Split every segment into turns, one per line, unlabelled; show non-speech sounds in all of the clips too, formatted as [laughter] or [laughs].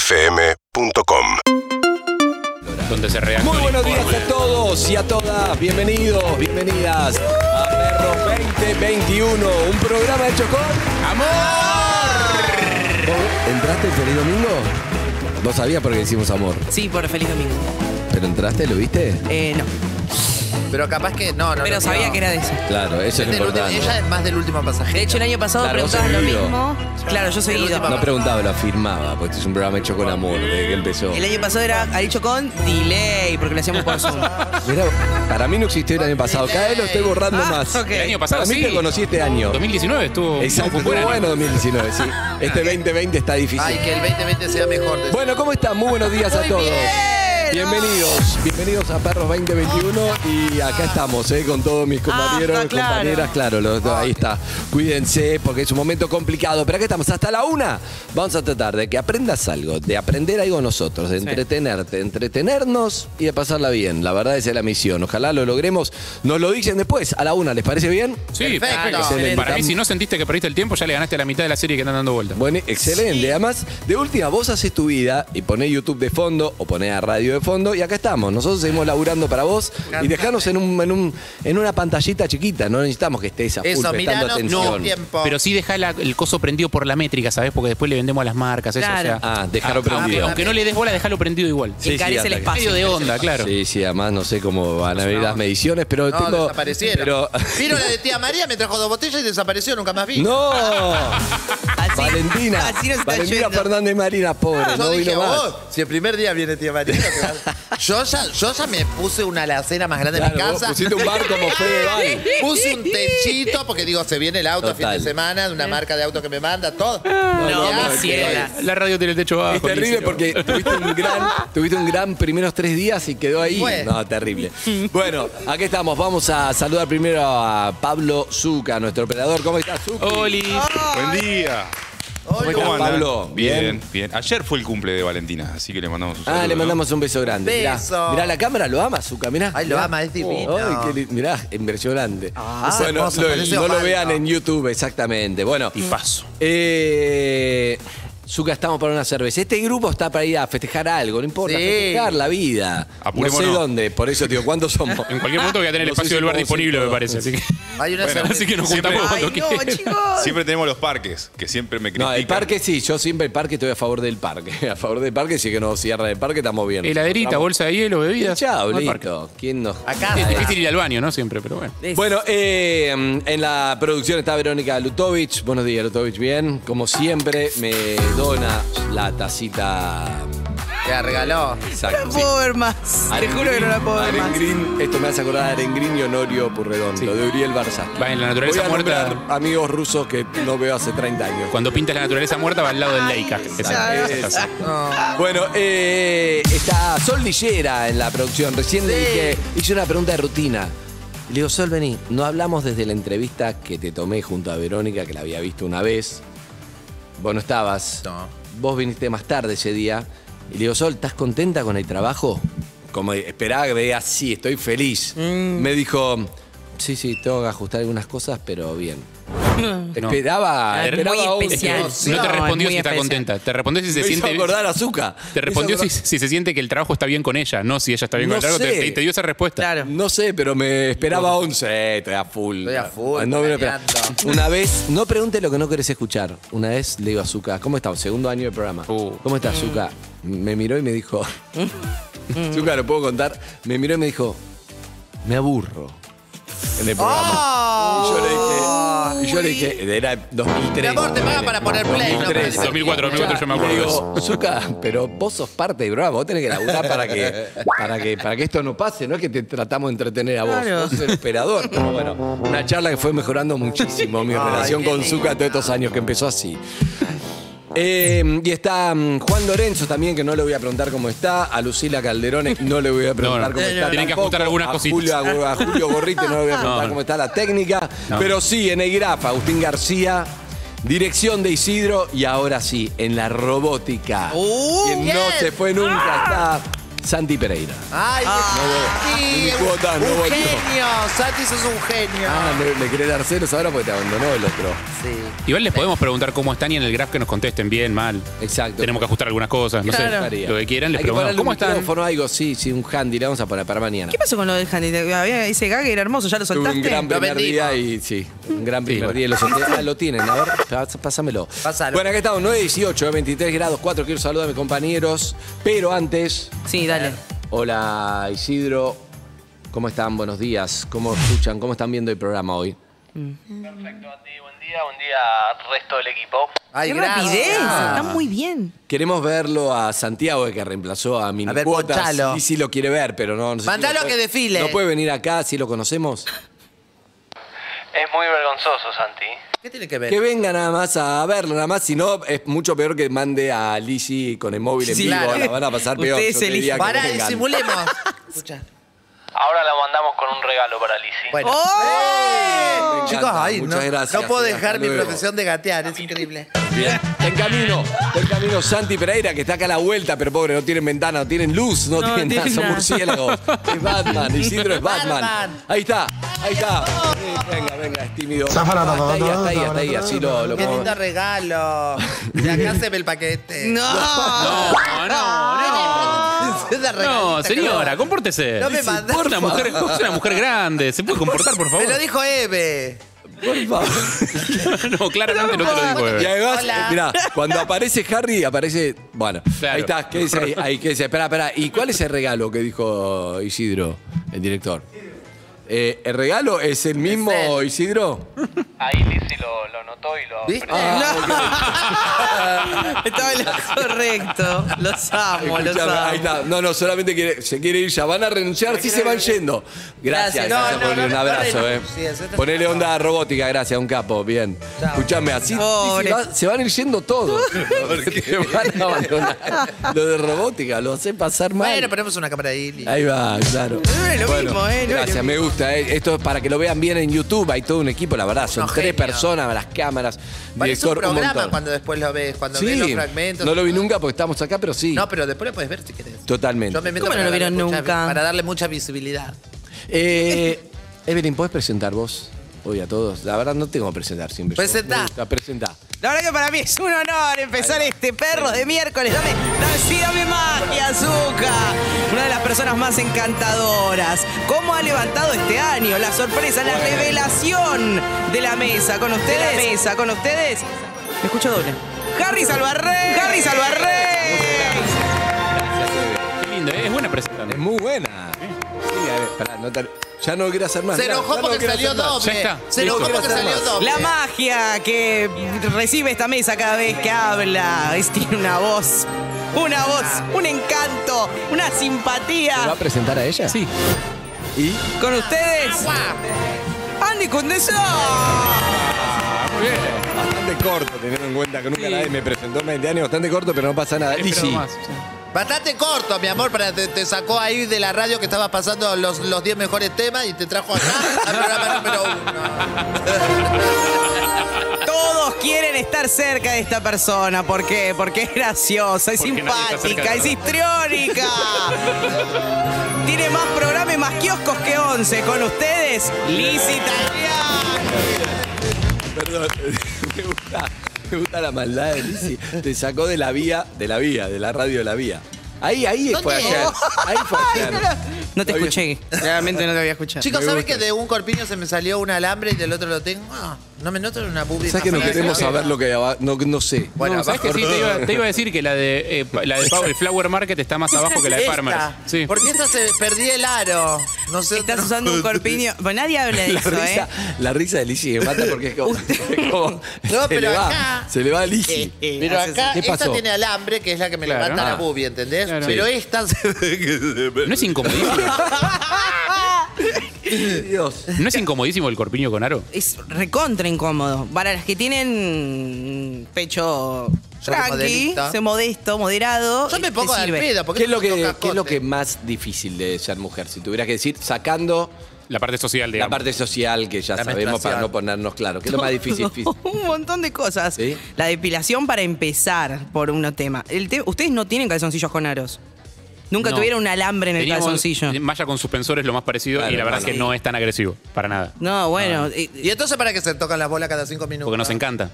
UrbanaPlayFM.com
donde se redacta
Muy
un
buenos días
informe.
a todos y a todas. Bienvenidos, bienvenidas a Perro 2021, un programa hecho con amor. ¿Vos ¿Entraste el feliz domingo? No sabía por qué hicimos amor,
Sí, por Feliz Domingo.
pero entraste, ¿lo viste?
Eh, no,
Pero capaz que no, no.
pero
no,
sabía
no.
que era de eso.
Claro, eso es
Es del
lo
último-
importante.
ella es más del último pasajero.
De hecho, el año pasado
Claro, vos
preguntabas lo
sos vivo.
mismo. Claro, yo soy
El
Guido.
último-
No preguntaba, lo afirmaba, porque este es un programa hecho con amor desde que empezó.
El año pasado era, ha dicho con delay, porque lo hacíamos por Zoom.
Mirá, para mí no existió el año pasado, cada vez lo estoy borrando
Ah,
más.
ok.
El año pasado
Para mí
sí.
te conocí este año.
2019 estuvo
Exacto,
fue un buen
estuvo
año.
bueno 2019, [laughs] sí. Este 2020 está difícil.
Ay, que el 2020 sea mejor. de-
Bueno, ¿cómo están? Muy buenos días a todos. Bienvenidos, bienvenidos a Perros 2021 y acá estamos eh, con todos mis compañeros
Ah,
y
está claro.
compañeras, claro, los- ahí está. Cuídense porque es un momento complicado, pero acá estamos hasta la una. Vamos a tratar de que aprendas algo, de aprender algo nosotros, de entretenerte, de entretenernos y de pasarla bien. La verdad esa es la misión, ojalá lo logremos. Nos lo dicen después, a la una, ¿les parece bien?
Sí,
Perfecto.
perfecto.
Excelente.
Para mí, si no sentiste que perdiste el tiempo, ya le ganaste a la mitad de la serie que están dando vuelta.
Bueno, excelente. Además, de última, vos haces tu vida y ponés YouTube de fondo o ponés a radio de fondo y acá estamos. Nosotros seguimos laburando para vos y dejanos en, un, en, un- en una pantallita chiquita. No necesitamos que estés a full
Eso,
prestando
miranos todo
atención.
el tiempo.
Pero sí deja la- el coso prendido por la métrica, ¿sabes? Porque después le vendemos a las marcas, eso.
Claro.
o sea,
Ah, dejarlo
a- aunque-
prendido.
Aunque no le des bola, déjalo prendido igual.
Sí, sí,
Encarece el
hasta que-
espacio.
Medio de onda, claro.
Sí, sí, además no sé cómo van a venir las mediciones, pero
no,
tengo.
desaparecieron.
Pero.
Vino
[laughs]
la de tía María, me trajo dos botellas y desapareció, nunca más vi. [laughs]
¡No!
Así-
Valentina.
Así nos está
Valentina
yendo.
Fernández Marina, pobre,
Yo
no
dije,
vino más.
vos, si el primer día viene tía María, te
[laughs]
vas- yo, ya, yo ya me puse una alacena más grande en mi
Claro, vos
casa.
pusiste un bar como Fede Val.
[laughs] Puse un techito porque digo, se viene el auto a fin
Total.
de semana de una marca de auto que me manda, todo.
Eh. Ah. No,
Ya,
no, ciela.
La radio tiene el techo bajo.
Es terrible
Lizzy.
porque tuviste un, gran, tuviste un gran primeros tres días y quedó ahí.
Fue.
No, terrible. Bueno, aquí estamos. Vamos a saludar primero a Pablo Zuca, nuestro operador. ¿Cómo estás, Zuca?
Oli.
Buen día.
¿Cómo estás,
andan?
Pablo?
Bien, bien, Ayer fue el cumple de Valentina, así que le mandamos un saludo.
Ah, le
¿no?
mandamos un beso grande. Mirá,
Beso.
Mirá, la cámara lo ama, Zuca, mirá.
Ay, lo
Mirá.
ama, es divino.
Ay, qué li- mirá, impresionante.
Ah,
bueno,
hermoso,
lo-
parece
no lo
Osvaldo.
vean en YouTube, exactamente. Bueno,
Y paso.
eh, Zuca, estamos para una cerveza. Este grupo está para ir a festejar algo, no importa,
Sí.
festejar la vida. No sé
Apurémonos.
dónde, por eso, tío, ¿cuántos somos?
[laughs] En cualquier momento voy a tener el
No sé
espacio
si
del bar
podemos ir
disponible, me
todos.
parece. Así que,
Hay una
Bueno,
cerveza.
así que nos
Siempre-
juntamos
Ay,
cuando
no,
quieras.
chicos.
Siempre tenemos los parques, que siempre me
[laughs]
critican.
No, el parque sí, yo siempre el parque estoy a favor del parque. [laughs] A favor del parque, si que no cierra el parque, estamos bien.
Heladerita,
Estamos-
bolsa de hielo, bebidas.
Chao,
No hay parque.
listo. ¿Quién nos.?
Acá.
Es difícil ir al baño, ¿no? Siempre, pero bueno.
Es-
Bueno, eh, en la producción está Verónica Lutovich. Buenos días, Lutovich. Bien, como siempre, me dona la tacita.
Te regaló.
No
Exacto.
la
sí.
puedo ver más. Te
Aren
juro que no la puedo ver
Aren
más.
Green, esto me hace acordar a Aren Green y Honorio Purredón, lo de Uriel Barza.
Va, en la naturaleza
Voy a
muerta-
nombrar amigos rusos que no veo hace 30 años.
Cuando pintas la naturaleza muerta, va al lado del Leica. que
Ay,
tal.
Esa. Bueno, eh, está Sol Lillera en la producción. Recién le dije, hice una pregunta de rutina. Le digo, Sol, vení, no hablamos desde la entrevista que te tomé junto a Verónica, que la había visto una vez. Vos no estabas.
No.
Vos viniste más tarde ese día. Y le digo, Sol, ¿estás contenta con el trabajo? Como esperaba que me diga, sí, estoy feliz. Me dijo, sí, sí, tengo que ajustar algunas cosas, pero bien. Esperaba,
Ah,
esperaba
muy
un-
especial.
No te
No,
respondió
es muy
si está
especial.
contenta. Te respondió si se
Me hizo
siente.
acordar a Zucca.
Te
Me hizo
respondió si,
acordar-
si se siente que el trabajo está bien con ella, no si ella está bien
No
con el trabajo.
sé.
Te, te- te dio esa respuesta.
Claro.
No sé, pero me esperaba 11. Eh, estoy a full.
Estoy a full,
No, me lo esperaba.
planeando.
Una vez, no pregunte lo que no querés escuchar. Una vez le digo a Zuka, ¿cómo estás? Segundo año de programa.
Uh.
¿Cómo estás, Zuka? Me miró y me
[laughs]
dijo. Zuka, lo puedo contar. Me miró y me dijo, me aburro. En el programa. Y yo le dije, y yo le dije, era 2003.
¡Oh! Mi amor, te paga
ponele.
para poner play,
Ah,
no para
2003.
2004, 2004 yo me
Y le
acuerdo. de eso.
digo, Zuka, pero vos sos parte del programa, vos tenés que laburar para que, para que, para que esto no pase, no es que te tratamos de entretener a vos,
Claro.
vos sos el operador. Pero bueno, una charla que fue mejorando muchísimo mi relación
qué
con
lindo.
Zuka todos estos años, que empezó así. Eh, y está mm, Juan Lorenzo también, que no le voy a preguntar cómo está. A Lucila Calderones no le voy a preguntar
No, no.
cómo
Tienen
está.
que
tampoco.
ajustar algunas
a
cositas.
Julio, a, Julio Gorriti no le voy a
[laughs]
preguntar
no.
cómo está la técnica.
No.
Pero sí, en el graf, Agustín García. Dirección de Isidro y ahora sí, en la robótica.
Uh, Ah.
Quien no
bien.
se fue nunca está Santi Pereira.
Ay,
Ah.
sí,
no votó, no
un
votó.
genio. Santi, sos un genio.
Ah, le, le querés dar celos ahora porque te abandonó el otro.
Sí.
Igual les podemos preguntar cómo están y en el graph que nos contesten bien, mal.
Exacto.
Tenemos que ajustar algunas cosas, no
Claro.
sé. Lo que quieran, les
Hay que
preguntamos.
ponerle
¿Cómo
un
están?
micrófono, algo, sí, sí, un handy, le vamos a poner para mañana.
¿Qué pasó con lo del handy? Te- Había ese gag era hermoso, ¿ya lo
Tuve
soltaste?
un gran
Lo
primer
vendimos.
día y sí, un gran primer
bueno.
día. y Lo, solté. Ah, lo tienen, a ver, pas- pásamelo.
Pásalo.
Bueno, aquí estamos, 9, 18, eh, 23 grados, 4. Quiero saludar a mis compañeros, pero antes,
Sí, dale.
hola Isidro, ¿cómo están? Buenos días, ¿cómo escuchan? ¿Cómo están viendo el programa hoy?
Perfecto, Andy. Buen día, buen día, resto del equipo.
Ay,
¡Qué
gracias.
rapidez! Está muy bien.
Queremos verlo a Santiago, que reemplazó a
ver,
Minicuotas.
ponchalo.
Y si lo quiere ver, pero no, no sé si
Mandalo
lo puede-
que desfile.
¿No puede venir acá si lo conocemos?
Es muy vergonzoso, Santi.
¿Qué tiene que ver?
Que venga nada más a verlo, nada más, si no, es mucho peor que mande a Lizzy con el móvil en
Sí,
vivo,
claro.
la van a pasar peor.
Ustedes
Yo te diría
eligen.
que
Pará,
vengan.
disimulemos.
[laughs]
Escucha.
Ahora la mandamos con un regalo para Lizzy.
Bueno.
¡Oh!
Me encanta,
Chicos, ay,
muchas
no,
gracias.
no puedo
Hasta
dejar mi
luego.
profesión de gatear, es increíble.
Bien, está en camino, está en camino Santi Pereira, que está acá a la vuelta, pero pobre, no tienen ventana, no tienen luz, no,
No
tienen nada,
tienen
son
nada.
murciélagos. Es Batman, Isidro es Batman.
Batman.
Ahí está, ahí está. Sí, venga, venga, es tímido. Está ahí, está ahí, está ahí, así lo, lo
Qué
podemos- [laughs]
lindo regalo. De acá se ve el paquete. [laughs]
¡No!
No, no, no. No,
Esa regalita que
señora,
me-
compórtese.
No me
Es
mandaste.
una mujer, es una mujer grande, se puede comportar, por favor.
Me lo dijo Eve.
Por favor. [laughs]
[laughs] no, claramente no te lo digo.
Y
bebé.
además,
Hola.
mirá, cuando aparece Harry, aparece. Bueno,
Claro.
ahí está, quédese ahí, ahí quédese. Espera, espera. ¿Y cuál es el regalo que dijo Isidro, el director? Eh, ¿El regalo es el mismo
Es él.
Isidro? [laughs]
Ahí Lizzy lo, lo notó y lo...
¿Viste?
Estaba en lo correcto. Los amo, los
Escuchame,
amo.
ahí está. No, no, solamente quiere, se quiere ir ya. Van a renunciar, sí se van yendo. Gracias,
Gracias. No,
gracias
no,
por
no,
un
no
abrazo, eh.
renuncies, esto es
Ponele
una
onda robótica, gracias, un capo, bien.
Chao.
Escuchame, así
Pobre.
sí, se, va- se van a ir yendo todos. [laughs] Te van a abandonar. Lo de robótica, lo hace pasar mal.
Bueno, ponemos una cámara ahí. Lili.
Ahí va, claro.
No es lo mismo, ¿eh? No es lo
Gracias, me gusta. eh. Esto es para que lo vean bien en YouTube. Hay todo un equipo, la verdad. Son
Unos
tres
genios.
personas, las cámaras,
Parece un
director, un,
programa
montón.
cuando después lo ves, cuando ves los
sí,
fragmentos.
no lo vi nunca porque estamos acá, pero sí.
No, pero después lo puedes ver si querés.
Totalmente.
Yo me meto
¿Cómo
para
no lo
darle
vieron
mucha-
nunca?
Para darle mucha visibilidad.
Eh, Evelyn, ¿podés presentar vos hoy a todos? La verdad no tengo que presentar siempre. yo.
Presentá.
Me gusta, Presentá.
La verdad que para mí es un honor empezar este perro de miércoles. Dame, dame, sí, dame magia, Azúcar. Una de las personas más encantadoras. ¿Cómo ha levantado este año? La sorpresa, la revelación de la mesa. Con ustedes. De la mesa, con ustedes. Me escucho doble. Harry Salvarrey. Harry Salvarrey.
Qué lindo, ¿eh? es buena presentando.
Es muy buena. Sí, a ver, pará, no te- ya no quiero hacer más.
Se
mirá,
enojó
ya no
porque
quiero
salió
hacer más.
doble.
Ya está,
Se enojó
listo.
porque salió doble.
La magia que recibe esta mesa cada vez que habla. Es, tiene una voz. Una voz, un encanto, una
¿Me va
simpatía.
a presentar a ella?
Sí.
¿Y?
Con ustedes. Andy Condesa.
Bastante corto, teniendo en cuenta que nunca
Sí.
nadie me presentó en 20 años. Bastante corto, pero no pasa nada. Y
Espero
sí.
más, sí.
Bastante corto, mi amor, para te, te sacó ahí de la radio que estabas pasando los los 10 mejores temas y te trajo acá al programa número uno.
[laughs]
Todos quieren estar cerca de esta persona. ¿Por qué? Porque es graciosa, es
Porque nadie está
simpática,
cerca de
es
la
histriónica. Tiene más programas y más kioscos que 11. Con ustedes, Lizzy Italiano.
Perdón, [laughs] me gusta, me gusta la maldad de Lizzy. Te sacó de la vía, de la vía, de la radio de la vía. Ahí, ahí fue
¿Dónde?
ayer. Ahí fue ayer.
No
Está
te
bien.
escuché. [laughs] Realmente no te había escuchado.
Chicos, ¿saben que de un corpiño se me salió un alambre y del otro lo tengo? Ah, no me noto en una pupi.
¿Sabes que no queremos saber lo que hay abajo? No, no sé.
Bueno,
No, ¿sabes que
abajo.
sí? Te iba, te iba a decir que la de, eh, pa- la de Pau- el Flower Market está más abajo que la de
Esta,
Farmers. Sí.
Porque esta se perdí el aro. No sé.
Estás
no-
usando [laughs] un corpiño. Bueno, nadie habla de
La
eso, ¿eh?
risa, la risa de Lizzy que mata porque es como. [laughs] es como- se,
No,
le
pero
va,
acá-
se le va a Lizzy.
Eh, eh, Pero
haces-
acá
¿Qué pasó?
esta tiene alambre, que es la que me
Claro.
levanta
Ah.
la bubi, ¿entendés?
Claro.
Pero
Sí.
esta se...
¿No es incomodísimo?
Dios.
¿No es incomodísimo el corpiño con aro?
Es recontra incómodo. Para las que tienen pecho
Yo que
tranqui,
modelista.
sé modesto, moderado.
Yo me
te
pongo al
sirve.
pedo. porque
¿Qué es, lo
tengo
que, ¿Qué es lo
cascote.
que más difícil de ser mujer? Si tuvieras que decir, sacando
La parte social,
la
digamos.
parte social que ya
La
sabemos para
menstruación.
no ponernos claro. ¿Qué es lo más difícil?
[laughs]
difícil?
Un montón de cosas.
¿Sí?
La depilación para empezar por un tema. El te- Ustedes no tienen calzoncillos con aros. Nunca
No.
tuvieron un alambre en el
Teníamos
calzoncillo.
Malla con suspensor es lo más parecido
Claro,
y la verdad
bueno.
es que no es tan agresivo, para nada.
No, bueno. eh, y-
¿Y entonces para qué se tocan las bolas cada cinco minutos?
Porque nos encanta.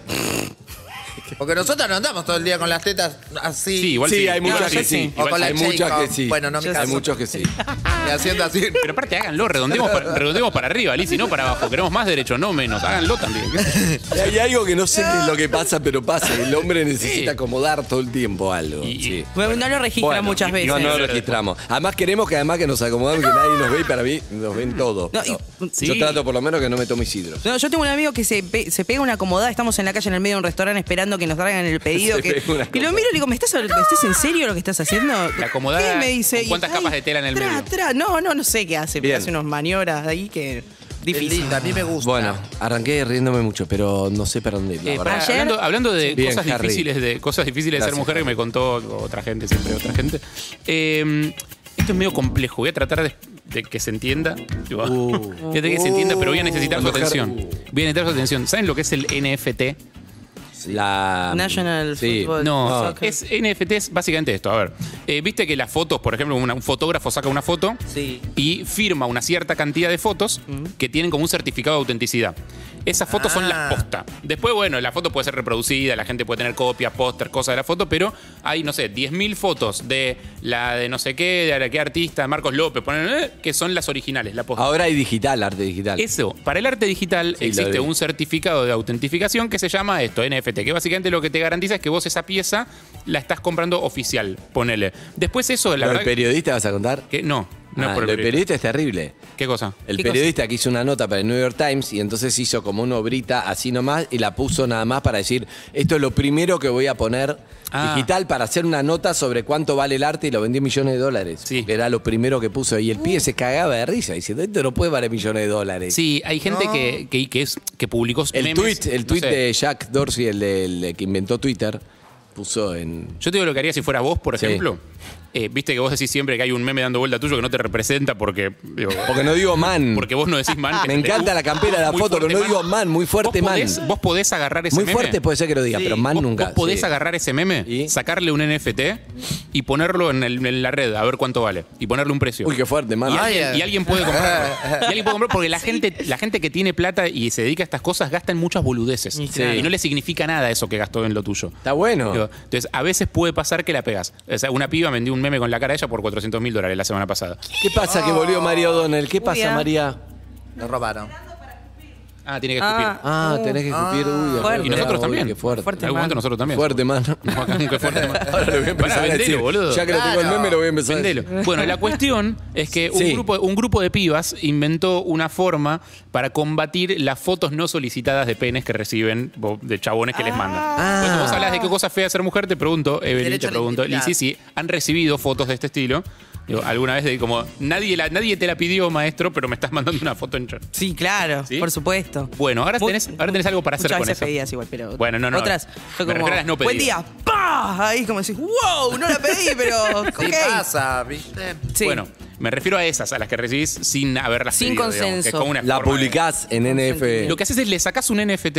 Porque nosotros no andamos todo el día con las tetas así.
Sí, igual
sí,
sí.
hay
No,
muchas
yo
que
sí.
sí.
O con la
Hay muchas
Jacob.
que sí.
Bueno, no me
Hay
caso.
muchos
[laughs]
que sí.
Y
[laughs]
haciendo así.
Pero aparte, háganlo, redondeemos para, redondeemos para arriba, Liz, y no para abajo. Queremos más derecho, no menos. Háganlo también.
Y Hay algo que no sé qué es lo que pasa, pero pasa. El hombre necesita acomodar todo el tiempo algo.
Y- y-
sí.
bueno, no lo registran
Bueno,
muchas veces.
No, no lo
Pero
registramos. Además queremos que además que nos acomodamos, que nadie nos ve y para mí nos ven todo.
No, y-
Yo
Sí.
trato por lo menos que no me tomo Isidro.
No, yo tengo un amigo que se, pe- se pega una acomodada, estamos en la calle en el medio de un restaurante esperando que nos traigan el pedido.
Se
que,
pega una
y lo miro y le digo, ¿me estás, ¿estás en serio lo que estás haciendo?
La acomodada,
¿Qué? me dice.
¿con cuántas
y,
capas de tela en el
tra,
medio?
tra. no, no, no sé qué hace,
Bien.
pero hace unos maniobras ahí que.
Es
Difícil.
lindo, a mí me gusta.
Bueno, arranqué riéndome mucho, pero no sé para dónde ir, la
Eh, pará,
verdad.
Ayer-
hablando, hablando de
Bien,
cosas
Harry.
difíciles de cosas difíciles de ser
Gracias,
mujer que
Harry.
me contó otra gente, siempre otra gente. Eh, esto es medio complejo. Voy a tratar de, de que se entienda. Voy a tratar [laughs] de que se entienda, pero voy a necesitar su
Uh. Cuando Harry-
atención. Voy a necesitar su atención. ¿Saben lo que es el NFT?
La
National
sí.
Football.
No,
Ah.
Soccer.
es NFT es básicamente esto. A ver, eh, viste que las fotos, por ejemplo, una- un fotógrafo saca una foto
Sí.
y firma una cierta cantidad de fotos que tienen como un certificado de autenticidad. Esas fotos son las posta. Después, bueno, la foto puede ser reproducida, la gente puede tener copias, póster, cosas de la foto, pero hay, no sé, 10.000 fotos de la de no sé qué, de la que artista, Marcos López, ponen, eh, que son las originales, la posta.
Ahora hay digital, arte digital.
Eso, para el arte digital
Ah, Sí, lo vi.
existe un certificado de autentificación que se llama esto, NFT, que básicamente lo que te garantiza es que vos esa pieza la estás comprando oficial, ponele. Después eso, la
¿Lo del
verdad
periodista vas a contar?
que no, no
Ah,
es por el
lo
periodista.
del periodista es terrible.
¿Qué cosa?
El
¿Qué cosa?
periodista que hizo una nota para el New York Times y entonces hizo como una obrita así nomás y la puso nada más para decir, esto es lo primero que voy a poner
Ah.
digital para hacer una nota sobre cuánto vale el arte y lo vendió en millones de dólares.
Sí.
Era lo primero que puso y el pibe se cagaba de risa diciendo, esto no puede valer millones de dólares.
Sí, hay gente que, que, que es, que publicó
El
memes,
tweet, el
no
tweet
sé.
de Jack Dorsey, el, de- el de que inventó Twitter, puso en...
Yo te digo lo que haría si fuera vos, por
Sí.
ejemplo. Eh, Viste que vos decís siempre que hay un meme dando vuelta tuyo que no te representa porque... digo,
[laughs] Porque no digo man.
[laughs] porque vos no decís man. que
Me
te-
encanta la campera, la
Muy
foto, pero
fuerte,
no digo man, muy fuerte
¿Vos
man.
podés- Vos podés agarrar ese
Muy
meme.
fuerte puede ser que lo diga, pero man
vos,
nunca.
vos podés
sí.
agarrar ese meme,
¿Y?
sacarle un NFT y ponerlo en, el- en la red a ver cuánto vale y ponerle un precio.
Uy, qué fuerte, man.
y,
Ay,
alguien,
ay.
eh, y alguien puede comprarlo.
[laughs]
y alguien puede comprarlo porque la, gente, la gente que tiene plata y se dedica a estas cosas gasta en muchas boludeces. Y no le significa nada eso que gastó en lo tuyo.
Está bueno.
Digo, Entonces, a veces puede pasar que la pegas. O sea, una piba vendió un meme con la cara de ella por 400 mil dólares la semana pasada.
¿Qué pasa que volvió María O'Donnell? ¿Qué pasa,
Uy, ah.
María?
Nos robaron.
Ah, tiene que escupir.
Ah,
Ah, tenés que escupir. Uy,
Fuerte.
acá,
y nosotros
Ah, uy,
también.
Qué fuerte.
en algún momento nosotros también. [laughs]
Fuerte, man.
No, acá nunca fuerte, man.
[laughs] Ahora lo voy a
Van a
empezar a
venderlo,
decir.
boludo.
Ya que lo tengo el
Claro.
meme, lo voy a empezar
Vendelo.
a decir.
Bueno, la cuestión es que
Sí.
un, grupo, un grupo de pibas inventó una forma para combatir las fotos no solicitadas de penes que reciben bo- de chabones que les
Ah.
mandan.
Ah.
Cuando vos hablas de qué cosa fea ser mujer, te pregunto, Evelyn,
Derecho
te
a la
pregunto,
intimidad.
Lizzy, si han recibido fotos de este estilo. Digo, alguna vez de como, nadie, la, nadie te la pidió, maestro, pero me estás mandando una foto en chat.
sí, claro,
¿Sí?
por supuesto.
Bueno, ahora
Mu-
tenés- ahora tenés algo para hacer
muchas
con
veces
eso.
pedías igual, pero.
Bueno, no, no.
Otras, fue
Me
como.
refiero a las no
Buen día,
pedidas".
¡pah! Ahí como decís, ¡wow! No la pedí,
[laughs]
pero. ok.
¿Qué pasa, viste?
Sí.
Bueno, me refiero a esas, a las que recibís sin haberlas
Sin
pedido, digamos, que es
consenso.
como una
La
forma de-
publicás en NF.
Lo que haces es le sacas un NFT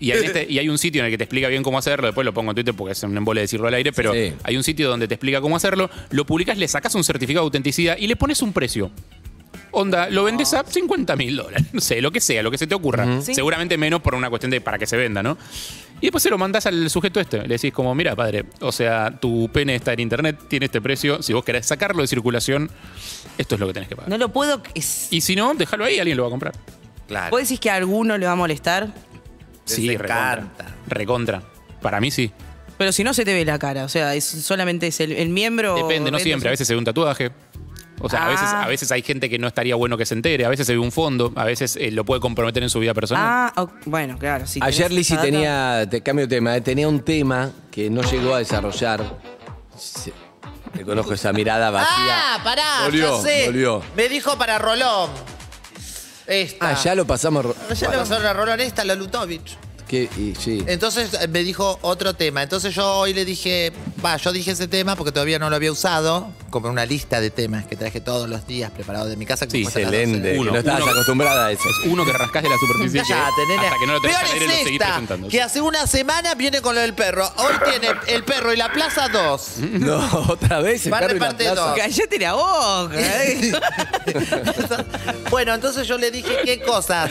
y, en este- y hay un sitio en el que te explica bien cómo hacerlo. Después lo pongo en Twitter porque es un embole decirlo al aire, pero
Sí.
hay un sitio donde te explica cómo hacerlo. Lo publicas, le sacas un certificado de autenticidad y le pones un precio. Onda, lo vendes a 50 mil dólares, no sé, lo que sea, lo que se te ocurra.
Sí.
Seguramente menos por una cuestión de para que se venda, ¿no? Y después se lo mandás al sujeto este. Le decís como, mira, padre, o sea, tu pene está en internet, tiene este precio. Si vos querés sacarlo de circulación, esto es lo que tenés que pagar.
No lo puedo. es-
Y si no, déjalo ahí, alguien lo va a comprar.
Claro.
¿Vos decís que a alguno le va a molestar?
Sí,
encanta.
recontra. Recontra. Para mí sí.
Pero si no se te ve la cara, o sea, es- solamente es el, el miembro.
Depende, no
ven-
siempre. A veces se ve un tatuaje. O sea, a, veces,
Ah.
a veces hay gente que no estaría bueno que se entere. A veces se ve un fondo. A veces eh, lo puede comprometer en su vida personal.
Ah, ok, bueno, claro. si
Ayer
tenés
Lizzy
esa data-
tenía, te cambio de tema, eh, tenía un tema que no llegó a desarrollar. Sí, Te conozco esa mirada vacía.
Ah, pará.
Dolió,
ya sé.
dolió.
Me dijo para Rolón. Esta.
Ah, ya lo pasamos. ro-
Ya lo pasaron a Rolón esta, la Lutovich.
Que- y sí.
Entonces eh, me dijo otro tema. Entonces yo hoy le dije, Va, yo dije ese tema porque todavía no lo había usado, como una lista de temas que traje todos los días preparados de mi casa. que
Sí,
me cuesta
Excelente. que
Uno,
no estabas
uno.
acostumbrada a eso.
Uno que rascás de la superficie. que-
Cállate, nena.
Hasta que no lo tenés
Peor
al aire
es
lo seguís
esta,
presentando.
Que hace una semana viene con lo del perro. Hoy tiene el perro y la plaza dos.
No, [laughs] otra vez. el
Va
perro y la plaza.
repartiendo.
Cállate la boca.
[laughs]
¿eh?
[laughs] bueno, entonces yo le dije qué cosas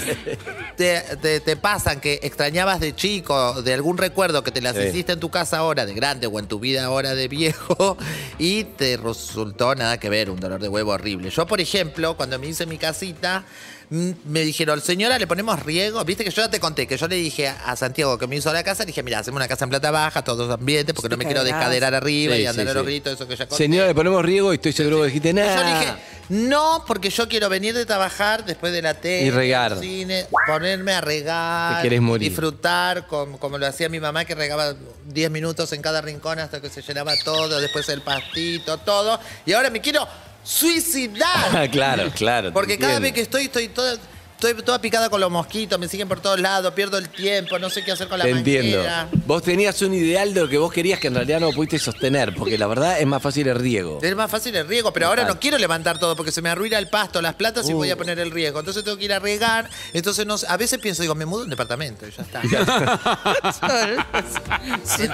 te, te- te pasan que extrañabas de chico, de algún recuerdo que te las
Sí.
hiciste en tu casa ahora de grande o en tu vida ahora de viejo [laughs] y te resultó nada que ver, un dolor de huevo horrible. Yo, por ejemplo, cuando me hice mi casita, mm, me dijeron, señora, le ponemos riego. Viste que yo ya te conté que yo le dije a a Santiago que me hizo la casa, le dije, mira, hacemos una casa en plata baja, todos ambientes, porque no me quiero
Descaderás.
descaderar arriba
Sí,
y andar
sí,
a los
sí.
gritos, eso que ya conté.
Señora, le ponemos riego y estoy seguro que dijiste
Yo
nada. [laughs]
le dije, no, porque yo quiero venir de trabajar después de la tele,
Y regar.
del cine, ponerme a regar,
Te querés morir.
disfrutar, como, como lo hacía mi mamá, que regaba 10 minutos en cada rincón hasta que se llenaba todo, después el pastito, todo. Y ahora me quiero
[laughs] Ah,
suicidar. [laughs]
claro, claro. te
porque cada
entiendo.
vez que estoy, estoy toda, estoy toda picada con los mosquitos, me siguen por todos lados, pierdo el tiempo, no sé qué hacer con la
Te entiendo.
manguera.
Vos tenías un ideal de lo que vos querías que en realidad no pudiste sostener, porque la verdad es más fácil el riego.
Es más fácil el riego, pero ahora
Total.
no quiero levantar todo porque se me arruina el pasto, las platas y
Uh.
voy a poner el riego. Entonces tengo que ir a regar. Entonces no, sé- a veces pienso, digo, me mudo a un departamento y ya
[laughs]
está.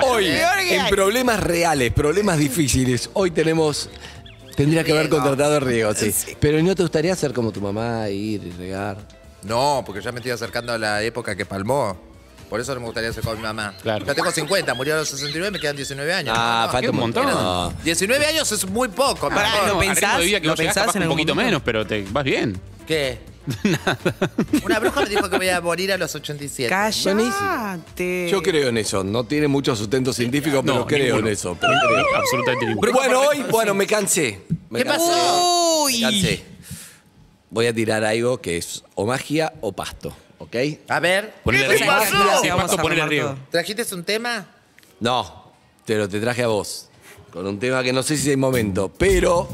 Hoy,
Peor que
en
hay.
problemas reales, problemas difíciles, hoy tenemos. Tendría que haber
Riego.
contratado riego, sí. Pero ¿no te gustaría ser como tu mamá, ir y regar?
no, porque ya me estoy acercando a la época que palmó. Por eso no me gustaría ser con mi mamá.
Claro.
Ya tengo 50, murió a los 69, me quedan 19 años.
Ah,
No,
falta un
un
montón.
montón.
No.
19 años es muy poco.
Pará,
perdón.
¿lo
al ritmo
pensás?
de vida que
¿Lo
vos llegás,
pensás
capaz
en
un
algún
poquito
momento?
menos, pero te vas bien.
¿Qué? Una bruja me dijo que voy a morir a los 87.
Cállate.
Yo creo en eso. No tiene mucho sustento científico, pero
No,
creo
ninguno.
en eso. pero creo.
Absolutamente ninguno.
bueno, hoy, bueno, me cansé. Me
¿Qué
cansé.
pasó?
Me
Uy.
cansé. Voy a tirar algo que es o magia o pasto, ¿ok?
A ver,
Ponele
¿Qué
riego.
pasó?
Si es
Vamos
pasto,
a
ponele
armar
riego.
todo.
¿trajiste un tema?
No, pero te traje a vos. Con un tema que no sé si hay momento, pero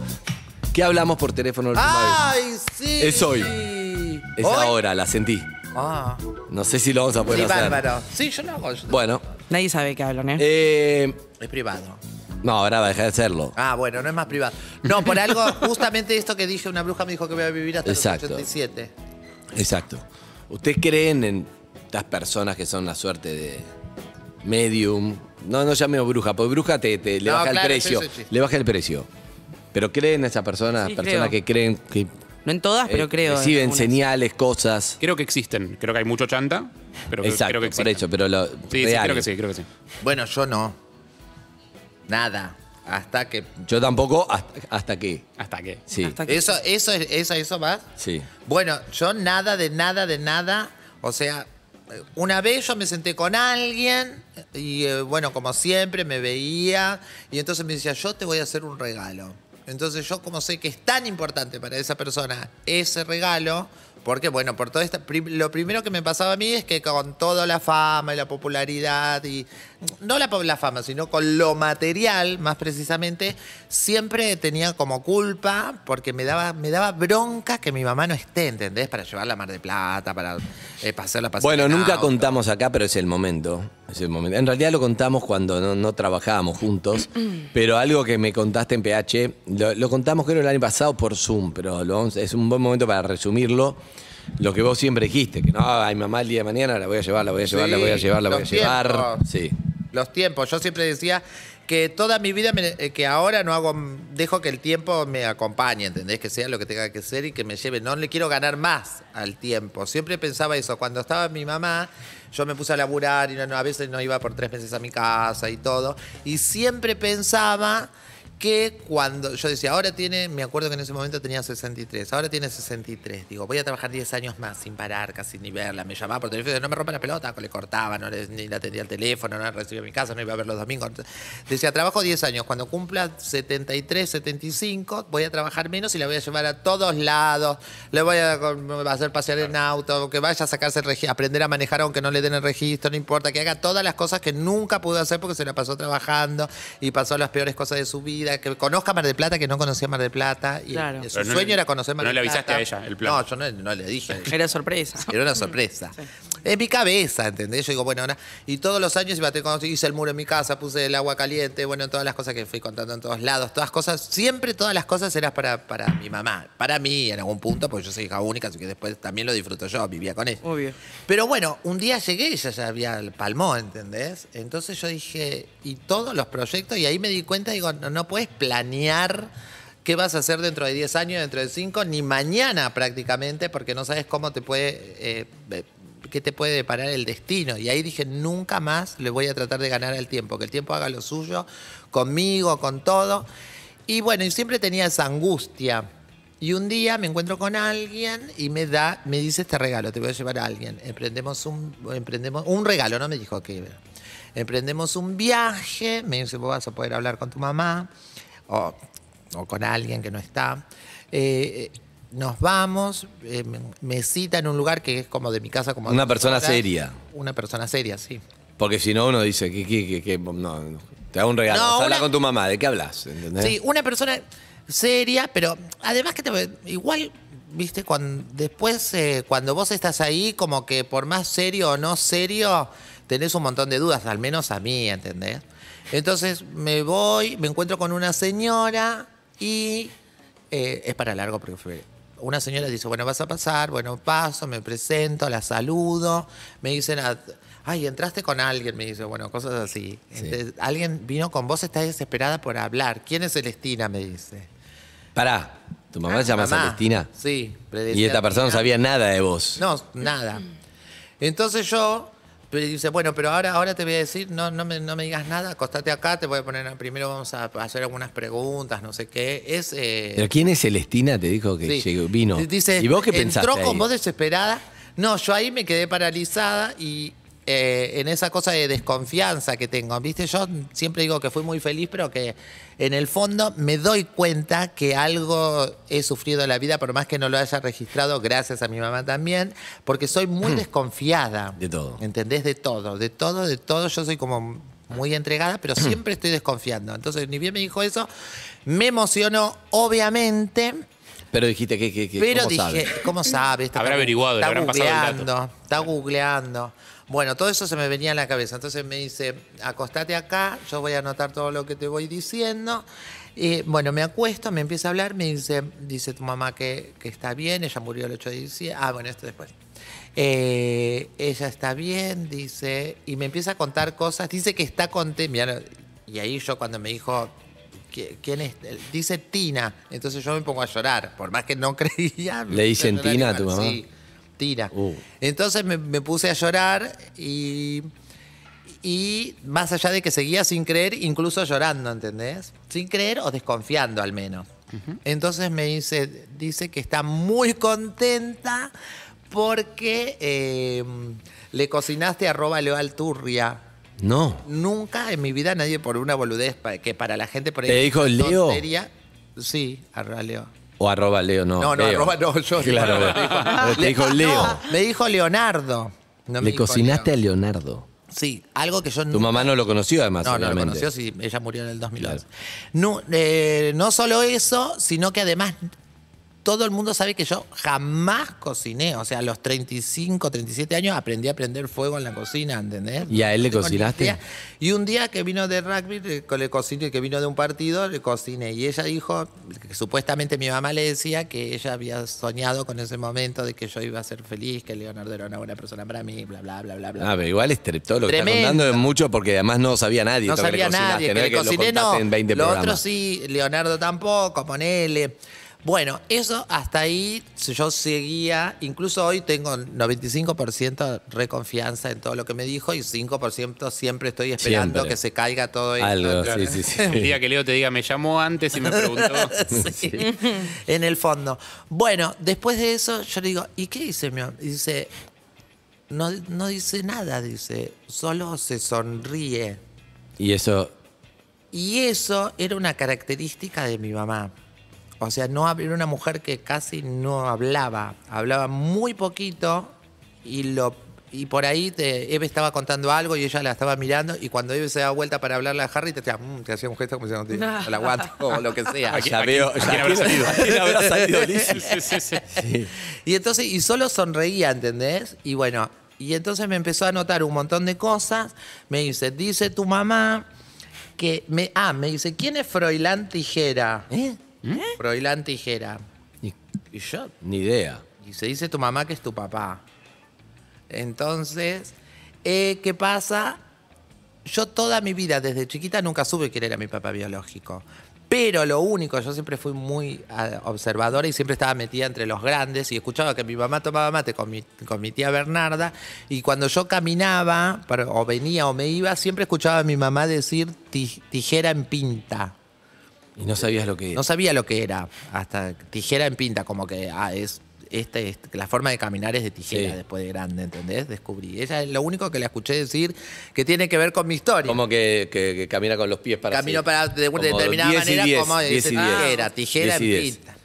¿qué hablamos por teléfono la última vez?
¡Ay, sí!
Es hoy. Es
Ah, ¿Hoy?
ahora, la sentí.
Ah.
No sé si lo vamos a poder
Sí,
hacer.
bárbaro. Sí, yo lo hago. yo-
Bueno,
Nadie sabe qué hablan, ¿eh?
eh,
Es privado.
no, ahora va a dejar de hacerlo.
Ah, bueno, no es más privado. No,
[laughs]
por algo, justamente esto que dije, una bruja me dijo que voy a vivir hasta
Exacto.
los 87.
Exacto. ¿Ustedes creen en estas personas que son la suerte de medium? No, no llamemos bruja, porque bruja te, te- le
No,
baja
claro,
el precio.
sí, sí, sí.
Le baja el precio. Pero creen en esas personas,
Sí,
personas
creo.
que creen que
No en todas, pero
eh,
creo. en
reciben
algunas.
señales, cosas.
Creo que existen. Creo que hay mucho chanta, pero que-
Exacto,
creo que
por
existen.
eso, pero lo
Sí, sí,
real.
creo que sí, creo que sí.
Bueno, yo no. Nada. Hasta que.
Yo tampoco, hasta, hasta que.
Hasta que.
Sí,
Hasta que-
Eso, eso, es- eso, eso más.
sí.
Bueno, yo nada de nada de nada. O sea, eh, una vez yo me senté con alguien y eh, bueno, como siempre me veía y entonces me decía, yo te voy a hacer un regalo. Entonces yo como sé que es tan importante para esa persona ese regalo, porque bueno, por todo esto, prim- lo primero que me pasaba a mí es que con toda la fama y la popularidad y no la, po- la fama, sino con lo material, más precisamente, siempre tenía como culpa porque me daba, me daba bronca que mi mamá no esté, ¿entendés? Para llevarla a Mar de Plata, para eh, pasarla pasar
Bueno,
en
nunca
auto.
contamos acá, pero es el momento. Es el momento. En realidad lo contamos cuando no, no trabajábamos juntos, pero algo que me contaste en PH, lo, lo contamos creo el año pasado por Zoom, pero lo vamos- es un buen momento para resumirlo. Lo que vos siempre dijiste, que no, ay mamá el día de mañana la voy a llevar, la voy a llevar, la voy a
Sí,
llevar, la voy a
los
llevar.
tiempos.
Sí.
Los tiempos. Yo siempre decía que toda mi vida, me- eh, que ahora no hago, dejo que el tiempo me acompañe, ¿entendés? Que sea lo que tenga que ser y que me lleve. No le quiero ganar más al tiempo. Siempre pensaba eso. Cuando estaba mi mamá, yo me puse a laburar y no- no, a veces no iba por tres meses a mi casa y todo. Y siempre pensaba que cuando yo decía, ahora tiene, me acuerdo que en ese momento tenía 63, ahora tiene 63, digo, voy a trabajar 10 años más sin parar, casi ni verla, me llamaba por teléfono, no me rompa la pelota, le cortaba, no le, ni la atendía al teléfono, no la recibía a mi casa, no iba a ver los domingos. Decía, trabajo 10 años, cuando cumpla 73, 75, voy a trabajar menos y la voy a llevar a todos lados, le voy a, a hacer pasear en auto, que vaya a sacarse el regi- aprender a manejar aunque no le den el registro, no importa, que haga todas las cosas que nunca pudo hacer porque se la pasó trabajando y pasó las peores cosas de su vida, que conozca Mar del Plata, que no conocía Mar del Plata, y
Claro.
su
Pero no
sueño
le-
era conocer Mar
no
del
le
Plata.
avisaste a ella el plan.
No, yo no, no le dije. [laughs]
Era sorpresa.
Era una sorpresa. en mi cabeza, ¿entendés? Yo digo, bueno, ahora. Y todos los años iba a tener cuando hice el muro en mi casa, puse el agua caliente, bueno, todas las cosas que fui contando en todos lados, todas cosas, siempre todas las cosas eran para, para mi mamá, para mí en algún punto, porque yo soy hija única, así que después también lo disfruto yo, vivía con ella.
Obvio.
Pero bueno, un día llegué y ella ya había palmó, ¿entendés? Entonces yo dije, y todos los proyectos, y ahí me di cuenta, digo, no, no puedes planear qué vas a hacer dentro de 10 años, dentro de 5, ni mañana prácticamente, porque no sabes cómo te puede, eh, eh, qué te puede deparar el destino. Y ahí dije, nunca más le voy a tratar de ganar al tiempo, que el tiempo haga lo suyo, conmigo, con todo. Y bueno, y siempre tenía esa angustia. Y un día me encuentro con alguien y me da, me dice este regalo, te voy a llevar a alguien. Emprendemos un, emprendemos un regalo, no me dijo que era. Emprendemos un viaje, me dice, vos vas a poder hablar con tu mamá o, o con alguien que no está. Eh, eh, nos vamos, eh, me, me cita en un lugar que es como de mi casa. como a
Una
dos
persona seria.
Una persona seria, sí.
Porque si no, uno dice, que, que, que, que- no, no. te hago un regalo.
No,
habla
una-
con tu mamá, ¿de qué hablas? ¿Entendés?
Sí, una persona seria, pero además que te, igual, viste, cuando, después eh, cuando vos estás ahí, como que por más serio o no serio, tenés un montón de dudas, al menos a mí, ¿entendés? Entonces me voy, me encuentro con una señora y eh, es para largo porque fue- Una señora dice, bueno, vas a pasar, bueno, paso, me presento, la saludo, me dicen, "Ah, ay, entraste con alguien, me dice, bueno, cosas así. Entonces, alguien vino con vos, está desesperada por hablar. ¿Quién es Celestina? Me dice.
Pará, ¿tu mamá se llama
Ah, Mamá.
Celestina?
Sí.
Y esta persona no
Celestina.
sabía nada de vos.
No, nada. Entonces yo pero dice, bueno, pero ahora, ahora te voy a decir, no, no, me, no me digas nada, acostate acá, te voy a poner, primero vamos a hacer algunas preguntas, no sé qué. Es, eh,
¿Pero quién es Celestina? Te dijo que
Sí.
llegó- vino.
Dice,
¿Y vos qué pensaste?
Entró con
ahí?
voz desesperada. No, yo ahí me quedé paralizada y eh, en esa cosa de desconfianza que tengo. Viste, yo siempre digo que fui muy feliz, pero que en el fondo me doy cuenta que algo he sufrido en la vida, por más que no lo haya registrado, gracias a mi mamá también, porque soy muy desconfiada.
Mm. De todo.
¿Entendés? De todo, de todo, de todo. Yo soy como muy entregada, pero siempre estoy desconfiando. Entonces, ni bien me dijo eso, me emocionó, obviamente.
Pero dijiste que, que, que
Pero
¿cómo
dije,
sabe?
¿cómo sabe? Está
Habrá
gu-
averiguado, le
está
habrán pasado el dato.
googleando, Está googleando. Bueno, todo eso se me venía a la cabeza. Entonces me dice, acostate acá, yo voy a anotar todo lo que te voy diciendo. Y bueno, me acuesto, me empieza a hablar, me dice, dice tu mamá que, que está bien, ella murió el 8 de diciembre. Ah, bueno, esto después. Eh, ella está bien, dice, y me empieza a contar cosas. Dice que está contenta. mirá, Y ahí yo cuando me dijo, ¿Qui- ¿Quién es? Él Dice Tina. Entonces yo me pongo a llorar, por más que no [laughs] creía.
¿Le
me puse
dicen
llorar
Tina a
igual.
tu mamá?
Sí, Tina.
Uh.
Entonces me, me puse a llorar y, y más allá de que seguía sin creer, incluso llorando, ¿entendés? Sin creer o desconfiando al menos. Entonces me dice, dice que está muy contenta porque eh, le cocinaste arroba Leo Alturria.
No.
Nunca en mi vida nadie por una boludez pa- que para la gente por ahí.
¿Te dijo
es una
Leo?
tontería. Sí, arroba Leo.
O arroba Leo, no.
No, no,
Leo.
arroba
[laughs]
no, yo.
Claro,
no, no,
Leo.
no,
Pero te
[laughs]
dijo Leo.
No, me dijo Leonardo. No me
Le
dijo
cocinaste
Leo.
a Leonardo.
Sí, algo que yo
Tu mamá no lo conoció, además.
no, no lo
obviamente.
conoció, sí, ella murió en el 2011. No, eh, no solo eso, sino que además todo el mundo sabe que yo jamás cociné. O sea, a los 35, 37 años aprendí a prender fuego en la cocina, ¿entendés?
¿Y a él le
tengo ni
cocinaste?
idea. Y un día que vino de rugby, le, co- le cociné, que vino de un partido, le cociné. Y ella dijo, que supuestamente mi mamá le decía que ella había soñado con ese momento de que yo iba a ser feliz, que Leonardo era una buena persona para mí, bla, bla, bla, bla, bla.
Ah, pero igual es tre- todo lo que está
Tremendo.
contando es mucho porque además no sabía nadie.
No
esto que le
sabía
cocinaste,
nadie,
no
que
es
le cociné
lo
no.
contaste en 20
lo
programas.
otro sí, Leonardo tampoco, ponele. Bueno, eso hasta ahí si yo seguía, incluso hoy tengo 95% reconfianza en todo lo que me dijo y 5% siempre estoy esperando
Siempre.
que se caiga todo esto.
Algo,
Claro.
sí, sí, sí.
El día que Leo te diga, me llamó antes
[laughs]
y me preguntó.
Sí. [laughs] en el fondo. Bueno, después de eso yo le digo, ¿y qué dice mi am-?" Y Dice, no, no dice nada, dice, solo se sonríe.
Y eso,
Y eso era una característica de mi mamá. O sea, no hab- era una mujer que casi no hablaba, hablaba muy poquito y lo y por ahí te, Eve estaba contando algo y ella la estaba mirando y cuando Eve se daba vuelta para hablarle a Harry te hacía, "Mm", te hacía un gesto como diciendo, "Te- te la aguanto [laughs] o lo que
[laughs]
sea. [laughs]
ya veo.
quién- a
ya-
quién habrá salido?
¿A [laughs] quién habrá salido? Liz?
Sí, sí, sí.
Y entonces, y solo sonreía, ¿entendés? Y bueno, Y entonces me empezó a anotar un montón de cosas. Me dice, dice tu mamá que... Me, ah, me dice, ¿quién es Froilán Tijera? ¿Eh? Froilán Tijera.
Ni,
Y yo,
ni idea.
y se dice tu mamá que es tu papá. Entonces, eh, ¿qué pasa? Yo toda mi vida, desde chiquita, nunca supe quién era mi papá biológico. Pero lo único, yo siempre fui muy ah, observadora y siempre estaba metida entre los grandes y escuchaba que mi mamá tomaba mate con mi, con mi tía Bernarda y cuando yo caminaba, para- o venía o me iba, siempre escuchaba a mi mamá decir "Ti- tijera en pinta.
Y no sabías lo que
No sabía lo que era, hasta tijera en pinta, como que ah, es, este, es- la forma de caminar es de tijera
Sí.
después de grande, ¿entendés? Descubrí. Ella es lo único que la escuché decir que tiene que ver con mi historia.
Como que, que- que camina con los pies para
Camino
así.
para de
Como
una determinada
10 y
manera,
10,
como
10 y
dice,
10.
tijera, tijera
10 y
en
10.
pinta.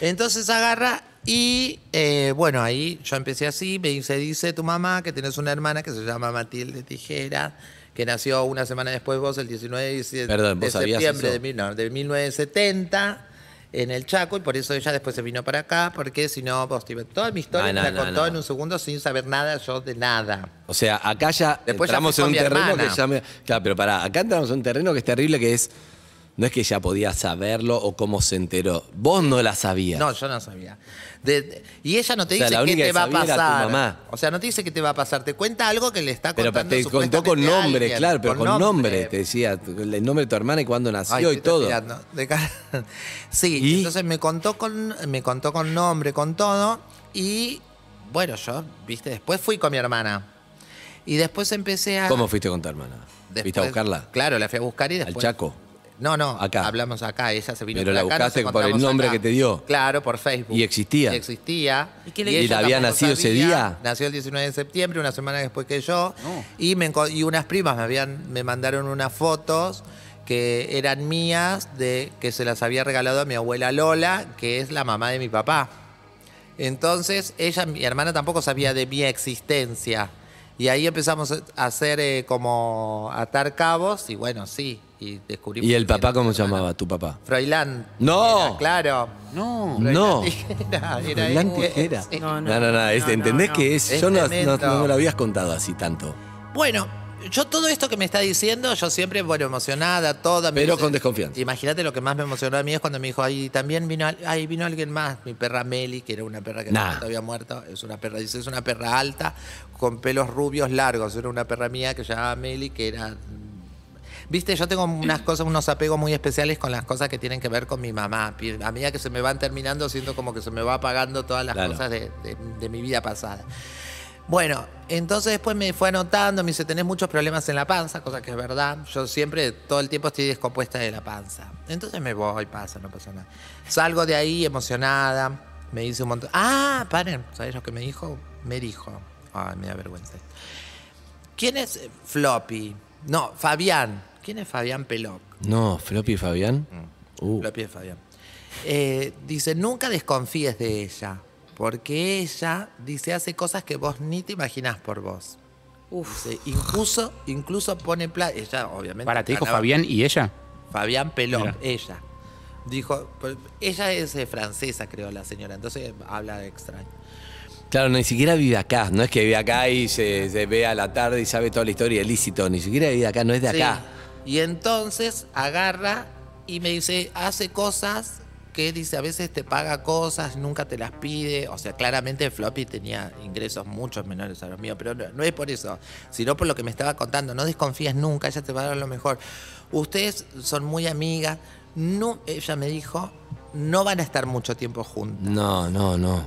Entonces agarra y eh, bueno, ahí yo empecé así, me dice, dice tu mamá que tenés una hermana que se llama Matilde Tijera, que nació una semana después vos, el 19 de, dicie-
Perdón,
de
¿vos sabías
septiembre
eso?
de, mil- no, de 1970 en el Chaco y por eso ella después se vino para acá, porque si no, vos te iba- toda mi historia
Ah, no,
me la
no,
contó
no.
en un segundo sin saber nada yo de nada.
O sea, acá ya
Después ya
entramos
fui
en
con
un
mi
terreno
hermana.
que ya me- Claro, pero pará, acá entramos en un terreno que es terrible que es. No es que ya podía saberlo o cómo se enteró. Vos no la sabías.
No, yo no sabía. De- de- y ella no te
O sea,
dice
la
qué
única
te
que
va a
sabía era tu
pasar.
mamá.
O sea, no te dice qué te va a pasar. Te cuenta algo que le está
pero
contando.
te contó
supuestamente
con
a
nombre,
alguien.
claro, pero con, nombre. Te decía tu- el nombre de tu hermana y cuándo nació
Ay,
y
estoy
todo.
transpirando. De cara- [laughs] Sí,
¿Y?
entonces me contó con me contó con nombre, con todo y bueno, yo, viste, después fui con mi hermana. Y después empecé a
¿Cómo fuiste con tu hermana? ¿Viste a
después-
buscarla?
Claro, la fui a buscar y
¿Al
después
Chaco?
No, no,
Acá.
hablamos acá, ella se vino
Pero
para
la
acá, nos
buscaste por el
encontramos
nombre
acá.
que te dio.
Claro, por Facebook.
Y existía.
Y existía.
¿Y qué le
ella
¿Y la había
tampoco
nacido ese día?
Nació el 19 de septiembre, una semana después que yo. Y, me enco- y unas primas me, habían, me mandaron unas fotos que eran mías, de que se las había regalado a mi abuela Lola, que es la mamá de mi papá. Entonces, ella, mi hermana tampoco sabía de mi existencia. Y ahí empezamos a hacer eh, como atar cabos y bueno, sí, y descubrimos.
¿Y el
que
papá
era
cómo
mi
se
hermana.
llamaba? ¿Tu papá?
Froilán.
¡No! Oh.
Era, claro.
No.
No.
[laughs] Era, era
Froilán
ese.
Tijera.
Sí.
No, este, no, no. es-
no,
¿Entendés
no.
que es?
Es
yo no, no,
tremendo.
no me lo habías contado así tanto.
Bueno, yo todo esto que me está diciendo, yo siempre, bueno, emocionada, toda. me
Pero
dice-
con desconfianza.
Imagínate lo que más me emocionó a mí es cuando me dijo, ay, también vino, al- ay, vino alguien más, mi perra Meli, que era una perra que
Nah.
había muerto. Es una perra, dice, es una perra alta, con pelos rubios largos. Era una perra mía que se llamaba Meli, que era Viste, yo tengo unas cosas, unos apegos muy especiales con las cosas que tienen que ver con mi mamá. Pi- A medida que se me van terminando, siento como que se me va apagando todas las
Claro.
cosas de, de- de mi vida pasada. Bueno, entonces después me fue anotando, me dice, tenés muchos problemas en la panza, cosa que es verdad. Yo siempre, todo el tiempo estoy descompuesta de la panza. Entonces me voy, pasa, no pasa nada. Salgo de ahí emocionada, me dice un montón. Ah, paren, ¿sabés lo que me dijo? Me dijo. Ay, me da vergüenza. ¿Quién es eh, Floppy? No, Fabián. ¿Quién es Fabián Peloc?
No, Floppy y Fabián. Uh,
Floppy es Fabián. Eh, dice, nunca desconfíes de ella, porque ella, dice, hace cosas que vos ni te imaginás por vos.
Uf.
Dice, incluso, incluso pone plata. Ella, obviamente.
Para, te dijo
ganaba-
Fabián y ella.
Fabián Pelón,
Mira.
ella. Dijo, pues, ella es eh, francesa, creo, la señora, entonces habla extraño.
Claro, ni siquiera vive acá. No es que vive acá y se, se ve a la tarde y sabe toda la historia de ilícito. Ni siquiera vive acá, no es de
Sí.
acá.
Y entonces agarra y me dice, hace cosas que dice, a veces te paga cosas, nunca te las pide. O sea, claramente Floppy tenía ingresos muchos menores a los míos, pero no, no es por eso, sino por lo que me estaba contando. No desconfías nunca, ella te va a dar lo mejor. Ustedes son muy amigas. No, ella me dijo, no van a estar mucho tiempo juntas.
No, no, no.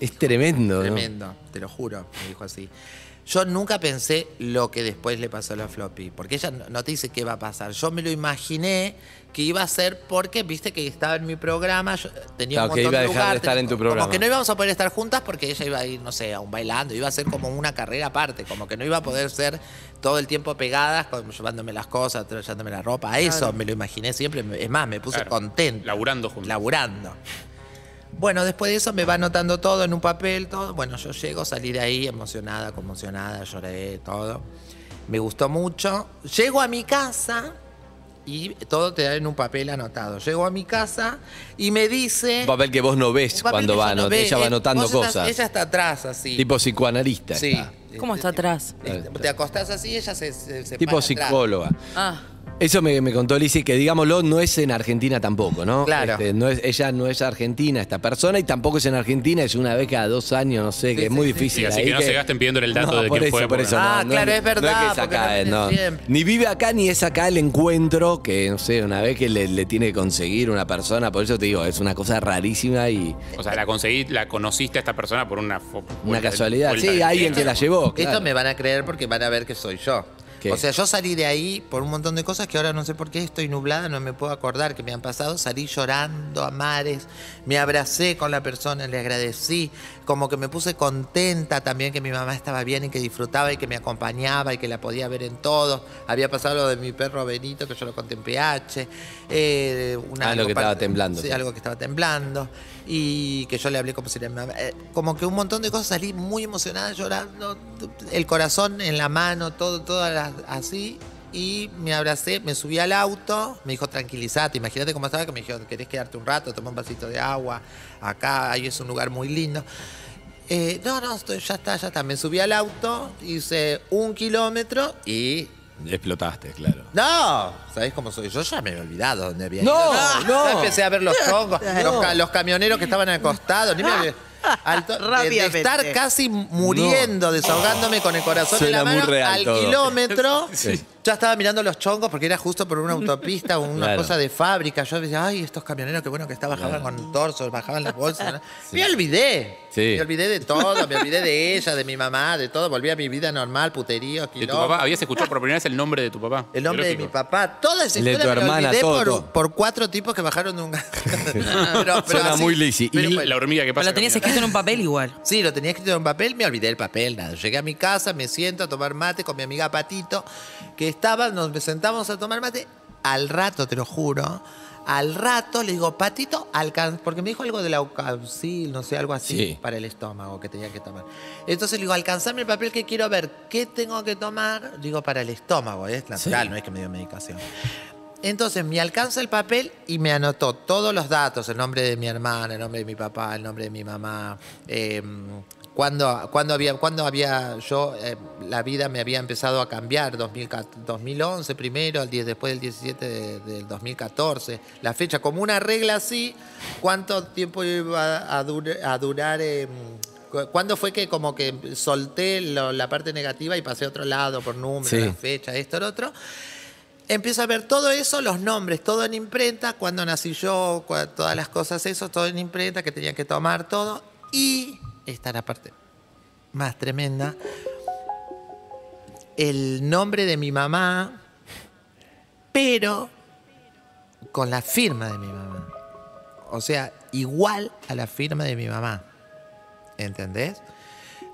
es Uh. tremendo. ¿no?
Tremendo, te lo juro, me dijo así. Yo nunca pensé lo que después le pasó a la floppy, porque ella no- no te dice qué va a pasar. Yo me lo imaginé que iba a ser porque, viste, que estaba en mi programa, yo tenía
Claro,
un montón
que iba a
de
dejar
lugar,
de estar
tenía-
en tu
Como
programa.
que no íbamos a poder estar juntas porque ella iba a ir, no sé, a un bailando, iba a ser como una carrera aparte, como que no iba a poder ser todo el tiempo pegadas, con- llevándome las cosas, trayéndome la ropa. Eso me lo imaginé siempre, es más, me puse
Claro.
contento.
Laburando juntos.
Laburando. Bueno, después de eso me va anotando todo en un papel, todo. Bueno, yo llego, salí de ahí emocionada, conmocionada, lloré, todo. Me gustó mucho. Llego a mi casa y todo te da en un papel anotado. Llego a mi casa y me dice...
Un papel que vos no ves
Un papel
cuando
que yo
va,
no
anot-
ve,
ella va
eh,
anotando
vos estás-
cosas.
ella está atrás, así.
Tipo psicoanalista.
Sí.
está.
¿Cómo está atrás?
Eh, Te acostás así, ella se, se, se para
Tipo
atrás.
psicóloga.
Ah,
Eso me, me contó Lizzie, que digámoslo, no es en Argentina tampoco, ¿no?
Claro.
Este, no es, ella no es argentina, esta persona, y tampoco es en Argentina, es una vez cada dos años, no sé, que es muy difícil.
Sí, así
ahí
que no se gasten pidiendo el dato
No,
de
por
quién
eso,
fue,
Por
porque-
eso, no,
Ah,
no,
claro, es
no que
verdad, porque
acá,
no
eh,
viene
no.
siempre.
Ni vive acá ni es acá el encuentro, que no sé, una vez que le, le tiene que conseguir una persona, por eso te digo, es una cosa rarísima y
O sea, la conseguí, la conociste a esta persona por una fo-
una
vuelta de-
casualidad.
vuelta
Sí,
de
alguien que
destino.
la llevó.
Esto
claro.
me van a creer porque van a ver que soy yo.
¿Qué?
O sea, yo salí de ahí por un montón de cosas que ahora no sé por qué estoy nublada, no me puedo acordar que me han pasado. Salí llorando a mares, me abracé con la persona, le agradecí, como que me puse contenta también que mi mamá estaba bien y que disfrutaba y que me acompañaba y que la podía ver en todo. Había pasado lo de mi perro Benito, que yo lo conté en PH. eh, una-
Ah, lo
algo
que
pa-
estaba temblando,
Sí,
sí.
algo que estaba temblando y que yo le hablé como si era mi mamá. Eh, como que un montón de cosas salí muy emocionada llorando t- t- el corazón en la mano todo todas las- así y me abracé me subí al auto me dijo tranquilízate imagínate cómo estaba que me dijo querés quedarte un rato toma un vasito de agua acá ahí es un lugar muy lindo Eh, no no estoy, ya está ya está me subí al auto hice un kilómetro y
Explotaste, claro.
no, ¿sabés cómo soy? Yo ya me había olvidado dónde había
No,
ido.
no.
Ya empecé a ver los
[laughs]
troncos, los, ca- los camioneros que estaban acostados. Ni me había- al to- de- de,
Rápidamente.
estar casi muriendo, desahogándome con el corazón en la
Suena muy
mano,
real
al
todo.
kilómetro.
[laughs] Sí.
Ya estaba mirando los chongos porque era justo por una autopista, una
Claro.
cosa de fábrica. Yo decía, ay, estos camioneros, qué bueno que está, bajaban con torsos, bajaban las bolsas. ¿no? Me olvidé.
Sí.
Me olvidé de todo, me olvidé de ella, de mi mamá, de todo. Volví a mi vida normal, puterío,
¿De tu
quilombre.
papá? ¿Habías escuchado por primera vez el nombre de tu papá?
El nombre de mi
Biológico.
papá. Toda esa
El de tu
historia me la
hermana,
olvidé
todo,
por,
todo.
por cuatro tipos que bajaron de un
[laughs]
[laughs] pero, pero
Suena
así-
muy lisi.
Pero
Y-
bueno, la hormiga que
pero
pasa.
lo tenías
caminando.
escrito en un papel igual.
Sí, lo tenía escrito en un papel, me olvidé el papel, nada. Llegué a mi casa, me siento a tomar mate con mi amiga Patito, que estaba, nos sentamos a tomar mate. Al rato, te lo juro, al rato le digo, Patito, alcan porque me dijo algo de la aucaucil, no sé, algo así,
Sí.
para el estómago que tenía que tomar. Entonces le digo, alcanzame el papel que quiero ver, ¿qué tengo que tomar? Digo, para el estómago, es natural, no es que me dio medicación. Entonces me alcanza el papel y me anotó todos los datos, el nombre de mi hermana, el nombre de mi papá, el nombre de mi mamá, eh, cuándo, cuándo había, cuándo había yo, eh, la vida me había empezado a cambiar, 2014, 2011 primero, el 10, después del 17 de- del 2014, la fecha, como una regla así, cuánto tiempo iba a, dur- a durar... eh, cu- ¿Cuándo fue que como que solté lo- la parte negativa y pasé a otro lado por número,
Sí.
la fecha, esto, lo otro? Empiezo a ver todo eso, los nombres, todo en imprenta, cuando nací yo, cua- todas las cosas, eso, todo en imprenta, que tenía que tomar todo. Y esta es la parte más tremenda. El nombre de mi mamá, pero con la firma de mi mamá. O sea, igual a la firma de mi mamá. ¿Entendés?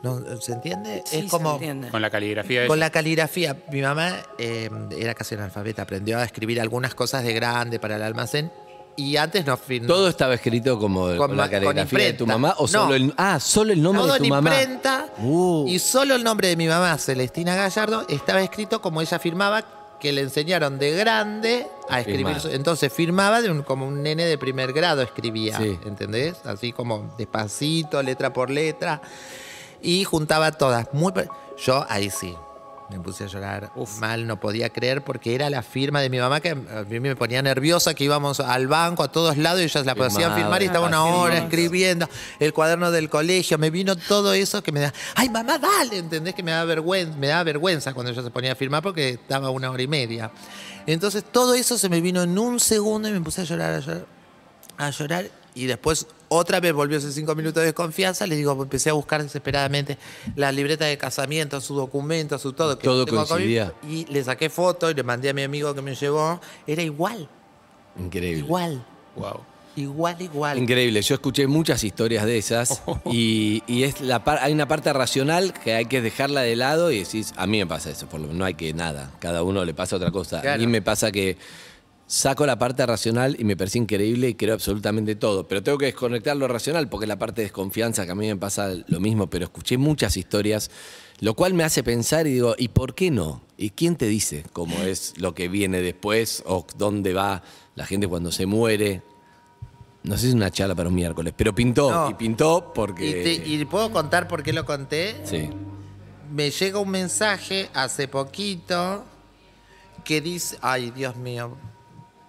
No, ¿Se entiende?
Sí,
es como
se entiende.
Con la caligrafía de
con la caligrafía. Mi mamá eh, era casi analfabeta, aprendió a escribir algunas cosas de grande para el almacén y antes no firmó.
Todo estaba escrito como con,
Con ma-
la
con
caligrafía de tu
imprenta.
mamá o
No.
solo el ah, solo el nombre
Todo
de
en
tu mamá.
imprenta
Uh.
y solo el nombre de mi mamá, Celestina Gallardo, estaba escrito como ella firmaba, que le enseñaron de grande a escribir.
Firmar.
su- Entonces firmaba de un- como un nene de primer grado escribía,
Sí.
¿entendés? Así como despacito, letra por letra. y juntaba todas. Muy, pa- yo ahí sí. Me puse a llorar mal, no podía creer porque era la firma de mi mamá que a mí me ponía nerviosa que íbamos al banco a todos lados y ellas la
Firmaba,
hacían firmar y estaba una
firmaba.
hora escribiendo el cuaderno del colegio, me vino todo eso que me da, ay mamá, dale, ¿entendés que me da vergüenza, me da vergüenza cuando ella se ponía a firmar porque estaba una hora y media. Entonces todo eso se me vino en un segundo y me puse a llorar, a llorar a llorar y después otra vez volvió esos cinco minutos de desconfianza. Le digo, empecé a buscar desesperadamente la libreta de casamiento, su documento, su todo.
Todo
no tengo acá
coincidía.
Y le saqué foto y le mandé a mi amigo que me llevó. Era igual,
Increíble.
igual, igual, igual. Oh.
Increíble, yo escuché muchas historias de
[laughs]
esas y, y es la par- hay una parte racional que hay que dejarla de lado y decís, a mí me pasa eso, por lo no hay que nada, cada uno le pasa otra cosa. A mí
Claro.
me pasa que saco la parte racional y me parece increíble y creo absolutamente todo, pero tengo que desconectar lo racional porque la parte de desconfianza que a mí me pasa lo mismo, pero escuché muchas historias Lo cual me hace pensar y digo, ¿y por qué no? ¿Y quién te dice cómo es lo que viene después o dónde va la gente cuando se muere? No sé si es una charla para un miércoles, pero pintó.
No.
Y pintó
Y,
porque...
te- y puedo contar por qué lo conté.
Sí.
Me llega un mensaje hace poquito que dice, ay Dios mío,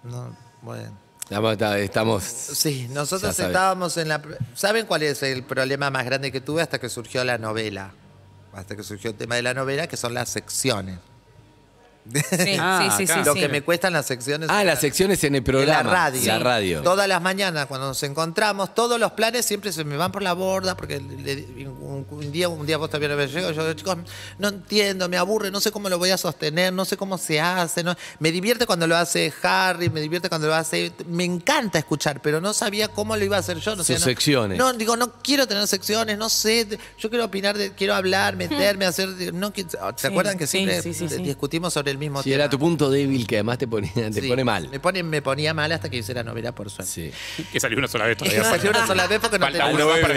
no, bueno.
Estamos- está- Estamos...
Sí,
Ya
nosotros
saben.
estábamos en la... ¿Saben cuál es el problema más grande que tuve hasta que surgió la novela? Hasta que surgió el tema de la novela, que son las secciones.
Sí,
Ah,
sí, sí, sí.
claro.
Lo
sí.
que me cuestan las secciones...
Ah,
en la-
las secciones en el programa.
en la radio.
La radio.
Todas las mañanas cuando nos encontramos, todos los planes siempre se me van por la borda porque le- un, un día un día vos también me llego, yo chicos, no entiendo, me aburre, no sé cómo lo voy a sostener, no sé cómo se hace, no- me divierte cuando lo hace Harry, me divierte cuando lo hace, me encanta escuchar, pero no sabía cómo lo iba a hacer yo, no sé,
Sus
no-
secciones.
No, digo, no quiero tener secciones, no sé, yo quiero opinar, de-
[laughs]
quiero hablar, meterme, hacer, no, qui- ¿se
Sí,
acuerdan que
sí,
siempre
sí, sí, sí.
discutimos sobre el mismo
Si
tema?
era tu punto débil que además te, ponía, te
Sí,
pone mal.
Me, pone, me ponía mal hasta que hice la novela, por suerte.
Sí.
[laughs] Que salió una sola vez
Y
[laughs]
no
todavía.
salió una sola vez porque no
Falta
tenía-
uno más para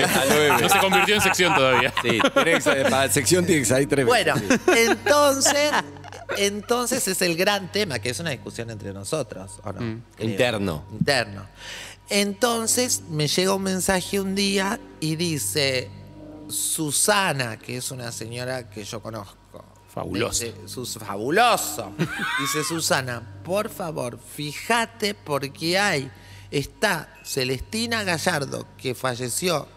que- No se convirtió en sección todavía.
Sí, tenés que- para la sección tiene que salir tres
Bueno,
veces.
entonces, entonces es el gran tema, que es una discusión entre nosotros, ¿o no? Creo.
Interno.
Interno. Entonces me llega un mensaje un día y dice, Susana, que es una señora que yo conozco.
Fabuloso.
dice, "Sus- fabuloso. Dice Susana, por favor, fíjate porque hay, está Celestina Gallardo, que falleció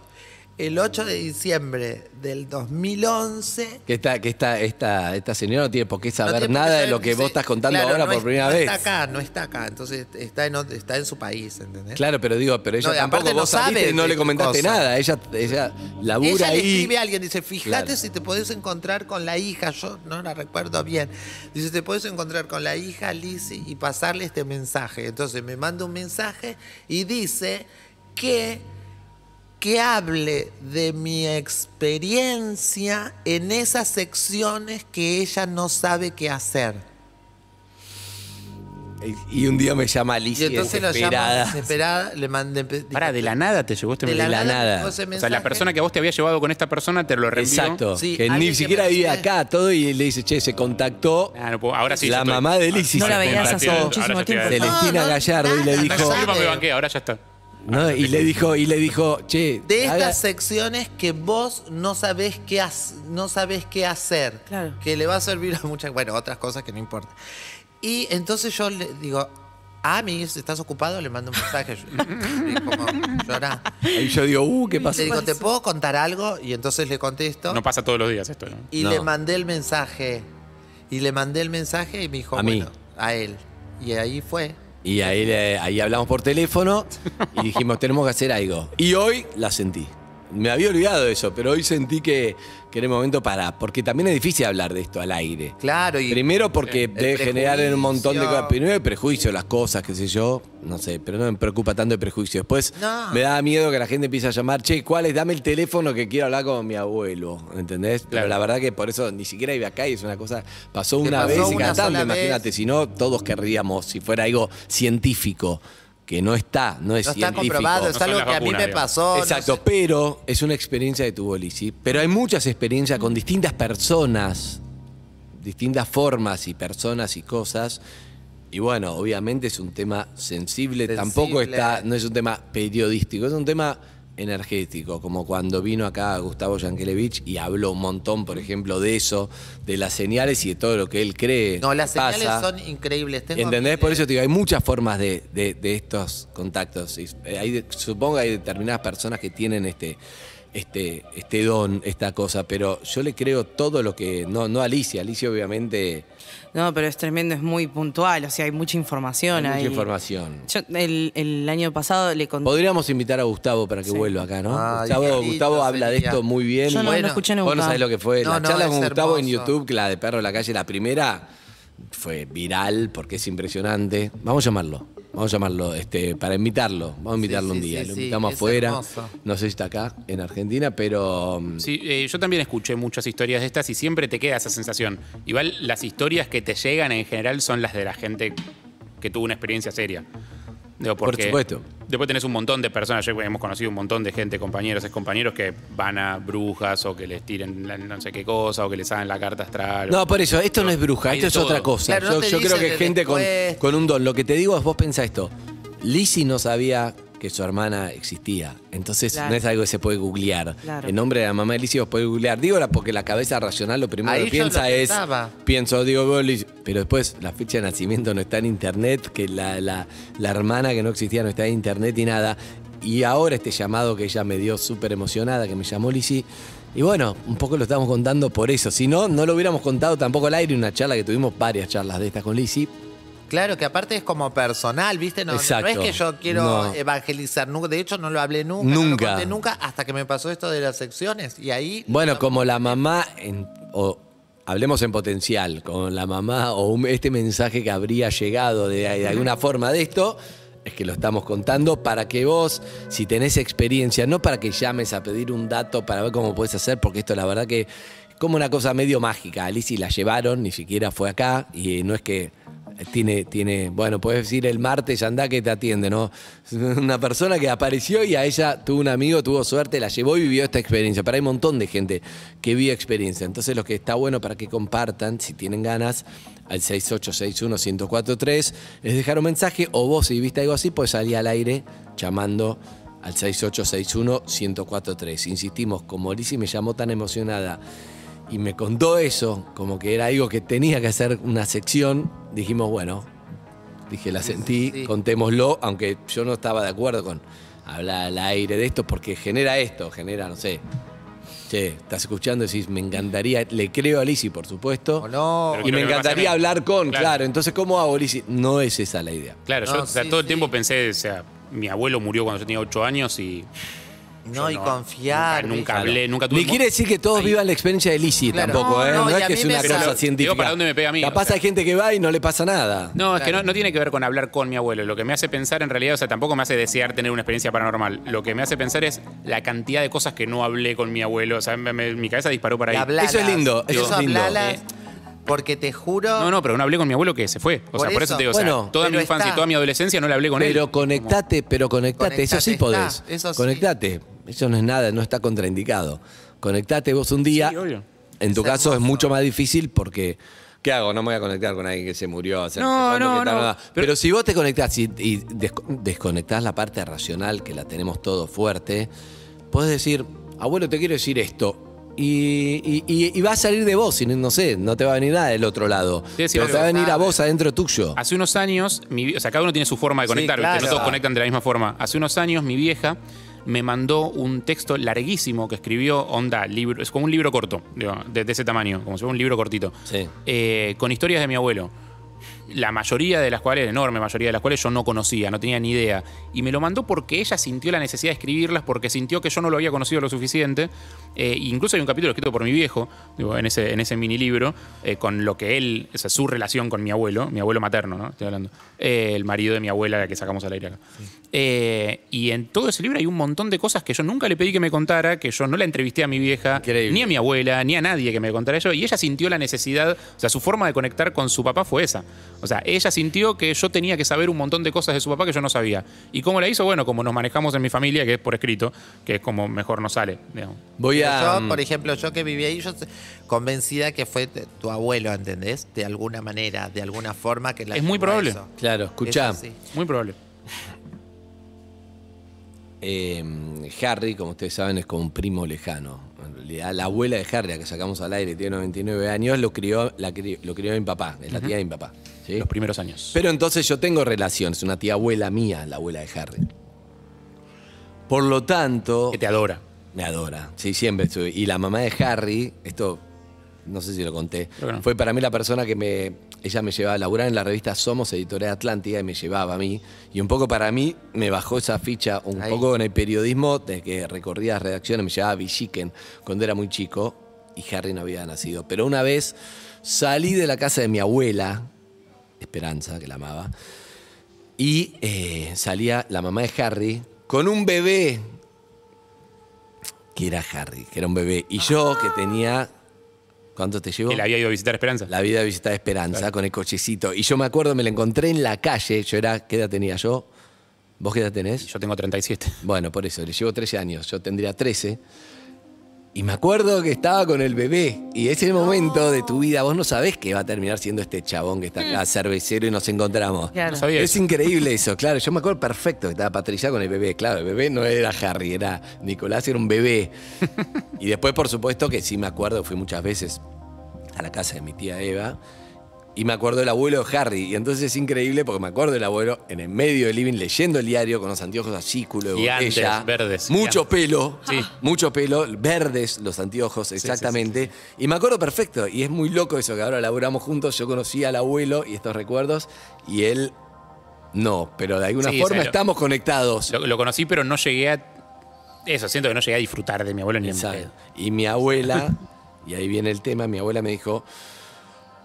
el 8 de diciembre del 2011.
Que esta, que esta, esta, esta señora no tiene por qué
No
saber
tiene por qué
nada de
saber,
lo que
dice,
vos estás contando
claro,
ahora
no
por
es-
primera
no
vez.
está acá, no está acá. Entonces está en, ot- está en su país, ¿entendés?
Claro, pero digo, pero ella
No, y
tampoco
aparte no
vos saliste
sabe
y no
de
le comentaste
cosas.
nada. Ella, ella labura
Ella le
ahí.
escribe a alguien, dice, fíjate
Claro.
si te podés encontrar con la hija, yo no la recuerdo bien. Dice, te podés encontrar con la hija Lizzie y pasarle este mensaje. Entonces me manda un mensaje y dice que, que hable de mi experiencia en esas secciones que ella no sabe qué hacer.
Y un día me llama
Y
Alicia
entonces lo llama
desesperada.
desesperada, le mandé...
Pará, de la nada te llegó este
De la,
mensaje.
la
nada.
nada.
llegó ese
O sea, la
mensaje.
persona que a vos te había llevado con esta persona te lo reenvió.
Exacto.
Sí,
que
alguien
ni
que
siquiera vive
parece-
acá, todo, y le dice, che, se contactó
Ah, no puedo- ahora sí. ya
la
estoy- Ah,
mamá de Lizzie.
No
se
la veías hace
contactó.
muchísimo
Ahora ya estoy
tiempo.
adentro.
Valentina
No, no,
Gallardo y le
nada,
dijo,
no
Disculpa,
sabe.
me banqué, ahora ya está.
no, y le dijo, y le dijo, che,
de
haga-
estas secciones que vos no sabés qué, hac- no sabés qué hacer.
Claro.
Que le va a servir a muchas, bueno, otras cosas que no importa. Y entonces yo le digo, Amis, ¿estás ocupado? Le mando un mensaje. Yo- y como llora.
Y yo digo, uh, ¿qué pasó?
Le digo, ¿te puedo contar algo? Y entonces le contesto.
No pasa todos los días esto, ¿no?
Y
No.
le mandé el mensaje. Y le mandé el mensaje y me dijo,
A mí.
bueno, a él. Y ahí fue.
Y ahí, le- ahí hablamos por teléfono y dijimos, tenemos que hacer algo. Y hoy la sentí. Me había olvidado de eso, pero hoy sentí que, que era el momento para. Porque también es difícil hablar de esto al aire.
Claro, y eh,
Primero porque debe
prejuicio.
generar un montón de cosas. Primero el prejuicio, las cosas, qué sé yo. No sé, pero no me preocupa tanto el prejuicio. Después
No.
me da miedo que la gente empiece a llamar, che, ¿cuál es? Dame el teléfono que quiero hablar con mi abuelo. ¿Entendés? Pero
Claro.
la verdad que por eso ni siquiera iba acá y es una cosa. Pasó
Te
una
pasó
vez y
una
cantando,
sola vez.
imagínate. Si no, todos querríamos, si fuera algo científico, que no está, no es
no está
científico.
comprobado, es
son
algo
las
que a mí
vacunas,
me
digamos.
pasó. no
Exacto,
sé.
pero es una experiencia que tuvo Lizzy. Pero hay muchas experiencias con distintas personas, distintas formas y personas y cosas. Y bueno, obviamente es un tema sensible,
Sensible.
tampoco está, no es un tema periodístico, es un tema energético, como cuando vino acá Gustavo Yankelevich y habló un montón, por ejemplo, de eso, de las señales y de todo lo que él cree.
No, las
que
señales
pasa.
son increíbles. Tengo
¿Entendés? Por
miles.
eso te digo, hay muchas formas de, de- de estos contactos. Y eh, hay de- supongo que hay determinadas personas que tienen este, este, este don, esta cosa, pero yo le creo todo lo que. No, no a Alicia, Alicia obviamente
No, pero es tremendo, es muy puntual, o sea, hay mucha información
hay mucha
ahí.
información.
Yo el, el año pasado le conté.
Podríamos invitar a Gustavo para que vuelva acá, ¿no?
Ay,
Gustavo,
qué lindo
Gustavo habla de
sería.
esto muy bien.
Yo no,
Bueno,
no escuché nunca.
Vos no sabés lo que fue.
No,
la
no,
charla con
es
Gustavo en
hermoso.
YouTube, que la de Perro de la Calle, la primera, fue viral porque es impresionante. Vamos a llamarlo. Vamos a llamarlo este, para invitarlo. Vamos a invitarlo
sí,
un día.
sí,
Lo
sí,
invitamos
es
afuera.
hermoso.
No sé si está acá en Argentina, pero. mm,
Sí, eh, yo también escuché muchas historias de estas y siempre te queda esa sensación. Igual las historias que te llegan en general son las de la gente que tuvo una experiencia seria. Digo,
Por
porque
supuesto.
de- Después tenés un montón de personas, yo- hemos conocido un montón de gente, compañeros, ex compañeros que van a brujas o que les tiren la- no sé qué cosa o que les hagan la carta astral.
No, por eso, esto no es bruja,
Hay
esto
de
es
todo.
otra cosa.
Claro, no
yo
te
yo creo
dicen
que
de
gente con,
después.
con un don. Lo que te digo es, vos pensá esto. Lizzie no sabía que su hermana existía. Entonces
Claro.
no es algo que se puede googlear.
Claro.
El nombre de la mamá de Lizzie vos podés googlear. Digo ahora porque la cabeza racional lo primero
Ahí
que
yo lo
piensa es.
pensaba.
Pienso, digo, vos, Lizzie. Pero después la fecha de nacimiento no está en internet, que la, la- la hermana que no existía no está en internet y nada. Y ahora este llamado que ella me dio súper emocionada, que me llamó Lizzie. Y bueno, un poco lo estamos contando por eso. Si no, no lo hubiéramos contado tampoco al aire. Una charla que tuvimos, varias charlas de estas con Lizzie.
Claro, que aparte es como personal, ¿viste? No, no
Exacto.
es que yo quiero
No.
evangelizar nunca. De hecho, no lo hablé nunca. no lo
Nunca.
conté nunca hasta que me pasó esto de las secciones. Y ahí.
Bueno, como la mamá, en- o hablemos en potencial, con la mamá o un- este mensaje que habría llegado de, de alguna forma de esto, es que lo estamos contando para que vos, si tenés experiencia, no para que llames a pedir un dato para ver cómo podés hacer, porque esto la verdad que es como una cosa medio mágica. A Lizzy la llevaron, ni siquiera fue acá, y eh, no es que tiene, tiene, bueno, puedes decir el martes anda que te atiende, ¿no? [laughs] Es Una persona que apareció y a ella tuvo un amigo, tuvo suerte, la llevó y vivió esta experiencia. Pero hay un montón de gente que vive experiencia. Entonces, lo que está bueno para que compartan, si tienen ganas, al 6861-1043, es dejar un mensaje o vos, si viste algo así, pues salir al aire llamando al 6861-1043. Insistimos, como Lizzie me llamó tan emocionada y me contó eso, como que era algo que tenía que hacer una sección, dijimos, bueno, dije, la sentí, contémoslo, aunque yo no estaba de acuerdo con hablar al aire de esto, porque genera esto, genera, no sé. Che, estás escuchando, decís, me encantaría, le creo a Lizzie, por supuesto.
O no.
Pero
Y me
creo que me pasa
encantaría
a mí.
hablar con, claro.
Claro.
Entonces, ¿cómo hago, Lizzie? No es esa la idea.
Claro,
No,
yo o sea,
sí,
todo el
sí.
tiempo pensé, o sea, mi abuelo murió cuando yo tenía 8 años y
No, y
no,
confiar.
nunca, nunca
¿viste?
hablé, nunca tuve.
Ni quiere decir que todos vivan la experiencia de Lizzie
Claro.
tampoco,
No,
¿eh? No,
no, y
es
a
que
mí
es una
me
cosa
sale- Digo,
científica.
¿para dónde me pega a mí?
Capaz
O sea.
hay gente que va y no le pasa nada.
No, es que no, no tiene que ver con hablar con mi abuelo. Lo que me hace pensar en realidad, o sea, tampoco me hace desear tener una experiencia paranormal. Lo que me hace pensar es la cantidad de cosas que no hablé con mi abuelo. O sea, me- me- mi cabeza disparó para
Y
ahí.
hablalas.
Eso es lindo, eso
Eso,
es lindo.
hablalas, Porque te juro.
No, no, pero no hablé con mi abuelo que se fue. O
Por
sea, por eso
eso.
te digo, o sea,
Bueno,
toda
pero
mi infancia y
está.
toda mi adolescencia no la hablé con
pero
él.
conectate, pero conectate, eso sí
Conectate,
podés.
está, eso sí.
Conectate. Eso no es nada, no está contraindicado. Conectate vos un día.
Sí, obvio.
En tu
Es
caso es
hermoso.
mucho más difícil porque. ¿Qué hago? No me voy a conectar con alguien que se murió. hace
No,
cuánto que
no,
está-
no.
Pero,
Pero-
si vos te conectás y, y desco- desconectás la parte racional, que la tenemos todo fuerte, podés decir, abuelo, te quiero decir esto. Y, y- y- y va a salir de vos, y no, no sé, no te va a venir nada del otro lado.
Sí, sí,
pero
obvio.
te va a venir a vos adentro tuyo.
Ah,
Hace unos años, mi vie- o sea, cada uno tiene su forma de conectar, ¿viste?
claro.
no todos conectan de la misma forma. Hace unos años, mi vieja me mandó un texto larguísimo que escribió, onda, libro, es como un libro corto, digo, de, de ese tamaño, como si fuera un libro cortito,
Sí.
Eh, con historias de mi abuelo. La mayoría de las cuales, la enorme mayoría de las cuales yo no conocía, no tenía ni idea. Y me lo mandó porque ella sintió la necesidad de escribirlas, porque sintió que yo no lo había conocido lo suficiente. Eh, incluso hay un capítulo escrito por mi viejo, digo, en ese, en ese mini libro, eh, con lo que él, o sea, su relación con mi abuelo, mi abuelo materno, ¿no? Estoy hablando. Eh, el marido de mi abuela, la que sacamos al aire acá. Eh, y en todo ese libro hay un montón de cosas que yo nunca le pedí que me contara, que yo no la entrevisté a mi vieja,
Increíble.
ni a mi abuela, ni a nadie que me contara eso. Y ella sintió la necesidad, o sea, su forma de conectar con su papá fue esa. O sea, ella sintió que yo tenía que saber un montón de cosas de su papá que yo no sabía. ¿Y cómo la hizo? Bueno, como nos manejamos en mi familia, que es por escrito, que es como mejor nos sale. digamos.
Voy
Pero
a.
mm,
mm,
Yo, por ejemplo, yo que viví ahí, yo estoy convencida que fue t- tu abuelo, ¿entendés? De alguna manera, de alguna forma que la
Es muy
llevó a
probable.
eso.
Claro, escuchá.
Eso sí.
Muy probable.
Eh, Harry, como ustedes saben, es como un primo lejano. En realidad, la abuela de Harry, la que sacamos al aire, tiene 99 años, lo crió, la cri- lo crió mi papá, es la tía de mi papá. ¿sí?
Los primeros años.
Eh, Pero entonces yo tengo relaciones, una tía abuela mía, la abuela de Harry. Por lo tanto,
que te adora.
me adora. Sí, siempre estuve. Y la mamá de Harry, esto no sé si lo conté,
Creo que no.
fue para mí la persona que me. Ella me llevaba a laburar en la revista Somos Editorial Atlántica y me llevaba a mí. Y un poco para mí me bajó esa ficha, un
Ahí.
poco en el periodismo, de que recorría las redacciones, me llevaba a Villiquen cuando era muy chico y Harry no había nacido. Pero una vez salí de la casa de mi abuela, Esperanza, que la amaba, y eh, salía la mamá de Harry con un bebé que era Harry, que era un bebé. Y yo, que tenía. ¿Cuánto te llevo?
Él había ido a visitar Esperanza.
La vida de visita de Esperanza con el cochecito. Y yo me acuerdo, me la encontré en la calle. Yo era, ¿qué edad tenía yo? ¿Vos qué edad tenés?
Yo tengo 37.
Bueno, por eso, le llevo 13 años, yo tendría 13. Y me acuerdo que estaba con el bebé. Y ese momento de tu vida, vos no sabés que va a terminar siendo este chabón que está acá, cervecero, y nos encontramos.
Claro.
No sabía
Es
eso.
increíble eso, claro. Yo me acuerdo perfecto que estaba Patricia con el bebé. Claro, el bebé no era Harry, era Nicolás, era un
[laughs]
bebé. Y después, por supuesto, que sí me acuerdo, fui muchas veces a la casa de mi tía Eva. Y me acuerdo del abuelo de Harry. Y entonces es increíble porque me acuerdo del abuelo en el medio del living leyendo el diario con los anteojos así, culo de
Gigantes,
botella.
verdes,
Mucho
gigantes.
pelo.
Sí.
Mucho pelo. Verdes los anteojos, exactamente. Y me acuerdo perfecto. Y es muy loco eso que ahora laburamos juntos. Yo conocí al abuelo y estos recuerdos. Y él no. Pero de alguna
Sí,
forma
sí, lo-
estamos conectados.
Lo, lo conocí, pero no llegué a. Eso, siento que no llegué a disfrutar de mi abuelo ni en
Exacto.
pedo.
Y
[laughs]
mi abuela, y ahí viene el tema, mi abuela me dijo,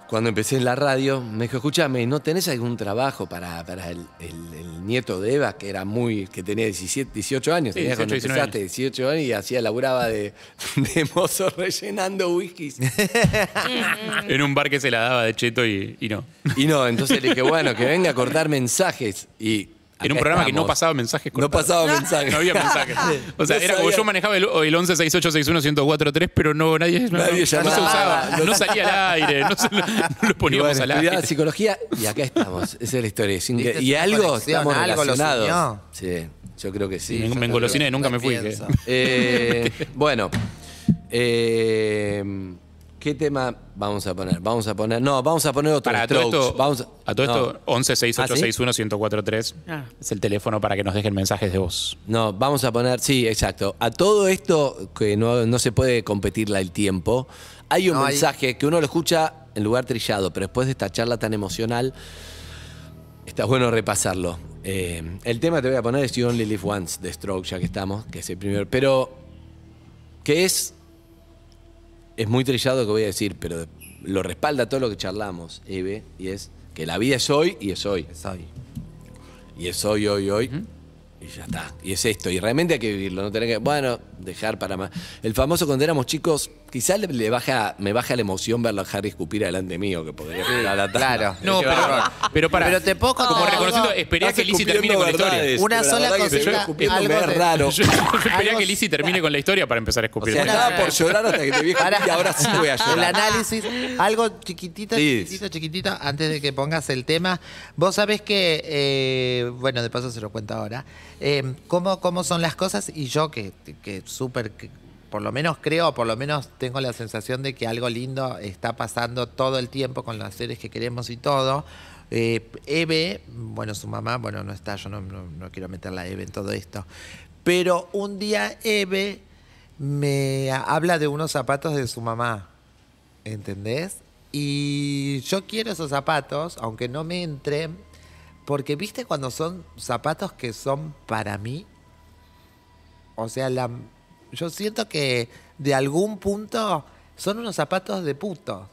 cuando empecé en la radio, me dijo, escúchame, ¿no tenés algún trabajo para, para el, el- el nieto de Eva, que era muy, que tenía 17, 18 años?
Sí,
Tenías cuando
18, 19
empezaste 18 años y hacía, laburaba de, [laughs] de mozo rellenando
[laughs]
whiskies.
En un bar que se la daba de cheto y, y no.
Y no, entonces le dije, bueno, que venga a cortar mensajes. Y
En
acá
un programa que
estamos.
no pasaba mensajes
No
cortados.
pasaba
[laughs]
mensajes.
No había mensajes. O sea,
No
era como
sabía.
yo manejaba el, el 11 68 61 1043, pero no, nadie, no,
Nadie
no se
llamaba.
usaba. No salía al aire. No, se- no lo poníamos
Bueno,
al
estudiaba
aire.
psicología y
[laughs]
acá estamos. Esa es la historia. Es incre-
¿Viste?
y
Es una
algo
conexión,
estamos
algo los
relacionados.
unió.
Sí, yo creo que sí.
Me-
Yo
me
creo
engolosiné
que-
y nunca me fui.
pienso.
que- [laughs]
Eh, bueno, eh, ¿qué tema vamos a poner? Vamos a poner. No, vamos a poner otro.
Para a todo
Strokes.
esto,
Vamos
a, todo
no. ¿Ah,
esto 11 68 61 1043
Ah.
es el teléfono para que nos dejen mensajes de voz.
No, vamos a poner, sí, exacto. A todo esto que no, no se puede competirla el tiempo, hay un
No, hay-
mensaje que uno lo escucha en lugar trillado, pero después de esta charla tan emocional, está bueno repasarlo. Eh, el tema que te voy a poner es You Only Live Once de Stroke, ya que estamos, que es el primero, pero que es es muy trillado lo que voy a decir, pero lo respalda todo lo que charlamos, Eve, y es que la vida es hoy y es hoy.
Soy.
Y es hoy, hoy, hoy. Y ya está. Y es esto. Y realmente hay que vivirlo. No tener que, bueno, dejar para más. El famoso cuando éramos chicos, quizás le, le baja, me baja la emoción verlo a Harry escupir delante mío, que podría la lata. [laughs]
Claro.
No,
Qué
pero,
horror.
pero para.
Pero te puedo contar
Como
algo.
reconociendo, esperé a
Estás
que Lizzie termine con la
escupiendo
historia. [laughs]
verdades,
Una
pero la
sola
verdad que te veo
cosita,
escupiendo, me
algo
es
de-
raro.
Yo, yo [laughs] esperé a
Algo-
que Lizzie termine con la historia para empezar a
O
escupir.
sea,
Bueno,
estaba por llorar hasta que te vi escupir y ahora sí voy a
El
llorar.
análisis, algo chiquitito,
Sí.
chiquitito, chiquitito, antes de que pongas el tema. Vos sabés que, eh, bueno, de paso se lo cuento ahora, eh, cómo, cómo son las cosas y yo que, que súper, que por lo menos creo, por lo menos tengo la sensación de que algo lindo está pasando todo el tiempo con las series que queremos y todo. Eh, Eve, bueno, su mamá, bueno, no está, yo no, no- no quiero meter la Eve en todo esto, pero un día Eve me habla de unos zapatos de su mamá. ¿Entendés? Y yo quiero esos zapatos, aunque no me entren, porque viste cuando son zapatos que son para mí. O sea, la, yo siento que de algún punto son unos zapatos de puto.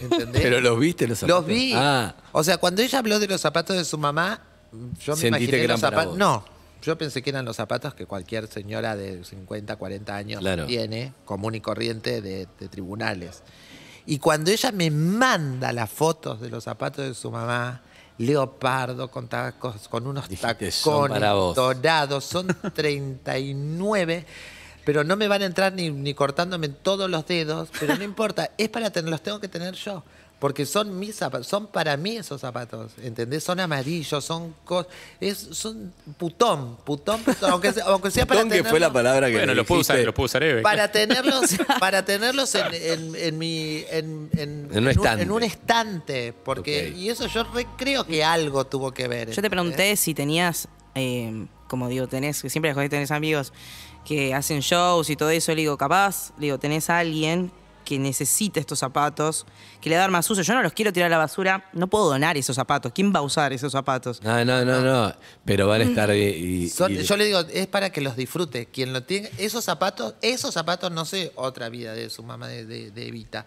¿Entendés?
Pero los viste, los
Los
zapatos?
vi.
Ah,
O sea, cuando ella habló de los zapatos de su mamá, yo me
Sentiste
imaginé
que eran
los
para vos.
zapatos. No, yo pensé que eran los zapatos que cualquier señora de 50, 40 años
Claro.
tiene, común y corriente de, de tribunales. Y cuando ella me manda las fotos de los zapatos de su mamá, leopardo con tacos, con unos
Dijiste, son
tacones
para vos. [laughs]
dorados, son 39. Pero no me van a entrar ni, ni cortándome todos los dedos, pero
[laughs]
no importa, es para tener, los tengo que tener yo. Porque son mis zapatos, son para mí esos zapatos, ¿entendés? Son amarillos, son cos- es son putón, putón, putón, aunque sea, aunque sea para
Putón que
tenerlos-
fue la palabra que
los puedo usar,
dijiste.
los puedo usar, eh, Eve.
[laughs]
para tenerlos, para tenerlos en, en- en mi. En,
En un estante.
en un estante, Porque.
Ok.
Y eso yo re- creo que algo tuvo que ver.
Yo te pregunté si tenías, eh, como digo, tenés, que siempre que tenés amigos que hacen shows y todo eso, le digo, capaz, le digo, tenés a alguien que necesite estos zapatos, que le da más uso. Yo no los quiero tirar a la basura, no puedo donar esos zapatos. ¿Quién va a usar esos zapatos?
no, no, no, no. Pero van a estar. Y, y-
Mm. Son-
y-
yo le digo, es para que los disfrute. Quien lo tiene, esos zapatos, esos zapatos, no sé otra vida de su mamá de, de- de Evita,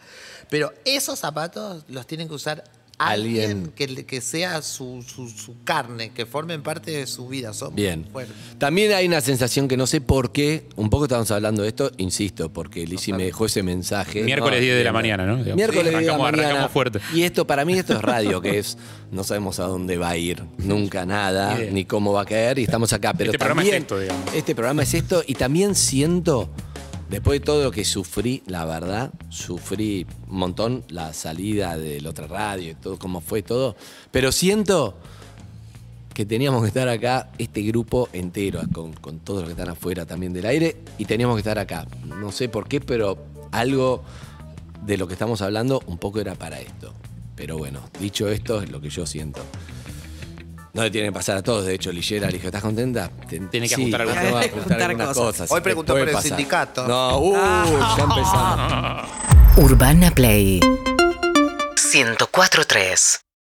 pero esos zapatos los tienen que usar alguien,
Alguien.
que, le- que sea su, su- su carne, que formen parte de su vida. Somos
Bien.
fuertes.
También hay una sensación que no sé por qué, un poco estábamos hablando de esto, insisto, porque Lizzie me dejó ese mensaje.
Miércoles
No,
10 de la
bien.
mañana, ¿no? Digamos.
Miércoles 10 de la
Arrancamos-
mañana.
Arrancamos fuerte.
Y esto, para mí, esto es radio, que es, no sabemos a dónde va a ir, nunca nada,
Bien.
ni cómo va a caer, y estamos acá. Pero
Este programa
también,
es esto, digamos.
Este programa es esto, y también siento, después de todo lo que sufrí, la verdad, sufrí un montón la salida de la otra radio y todo, cómo fue todo, pero siento que teníamos que estar acá, este grupo entero, con, con todos los que están afuera también del aire, y teníamos que estar acá. No sé por qué, pero algo de lo que estamos hablando un poco era para esto. Pero bueno, dicho esto, es lo que yo siento. No le tiene que pasar a todos, de hecho, Lillera le dijo, ¿estás contenta? Tiene
que ajustar algunas
tengo que
cosas.
ajustar algunas
Ajustar
cosas.
Hoy
Te
preguntó
puede
por el
pasar".
sindicato. Ah.
No, uh, ya empezamos.
Urbana Play 104.3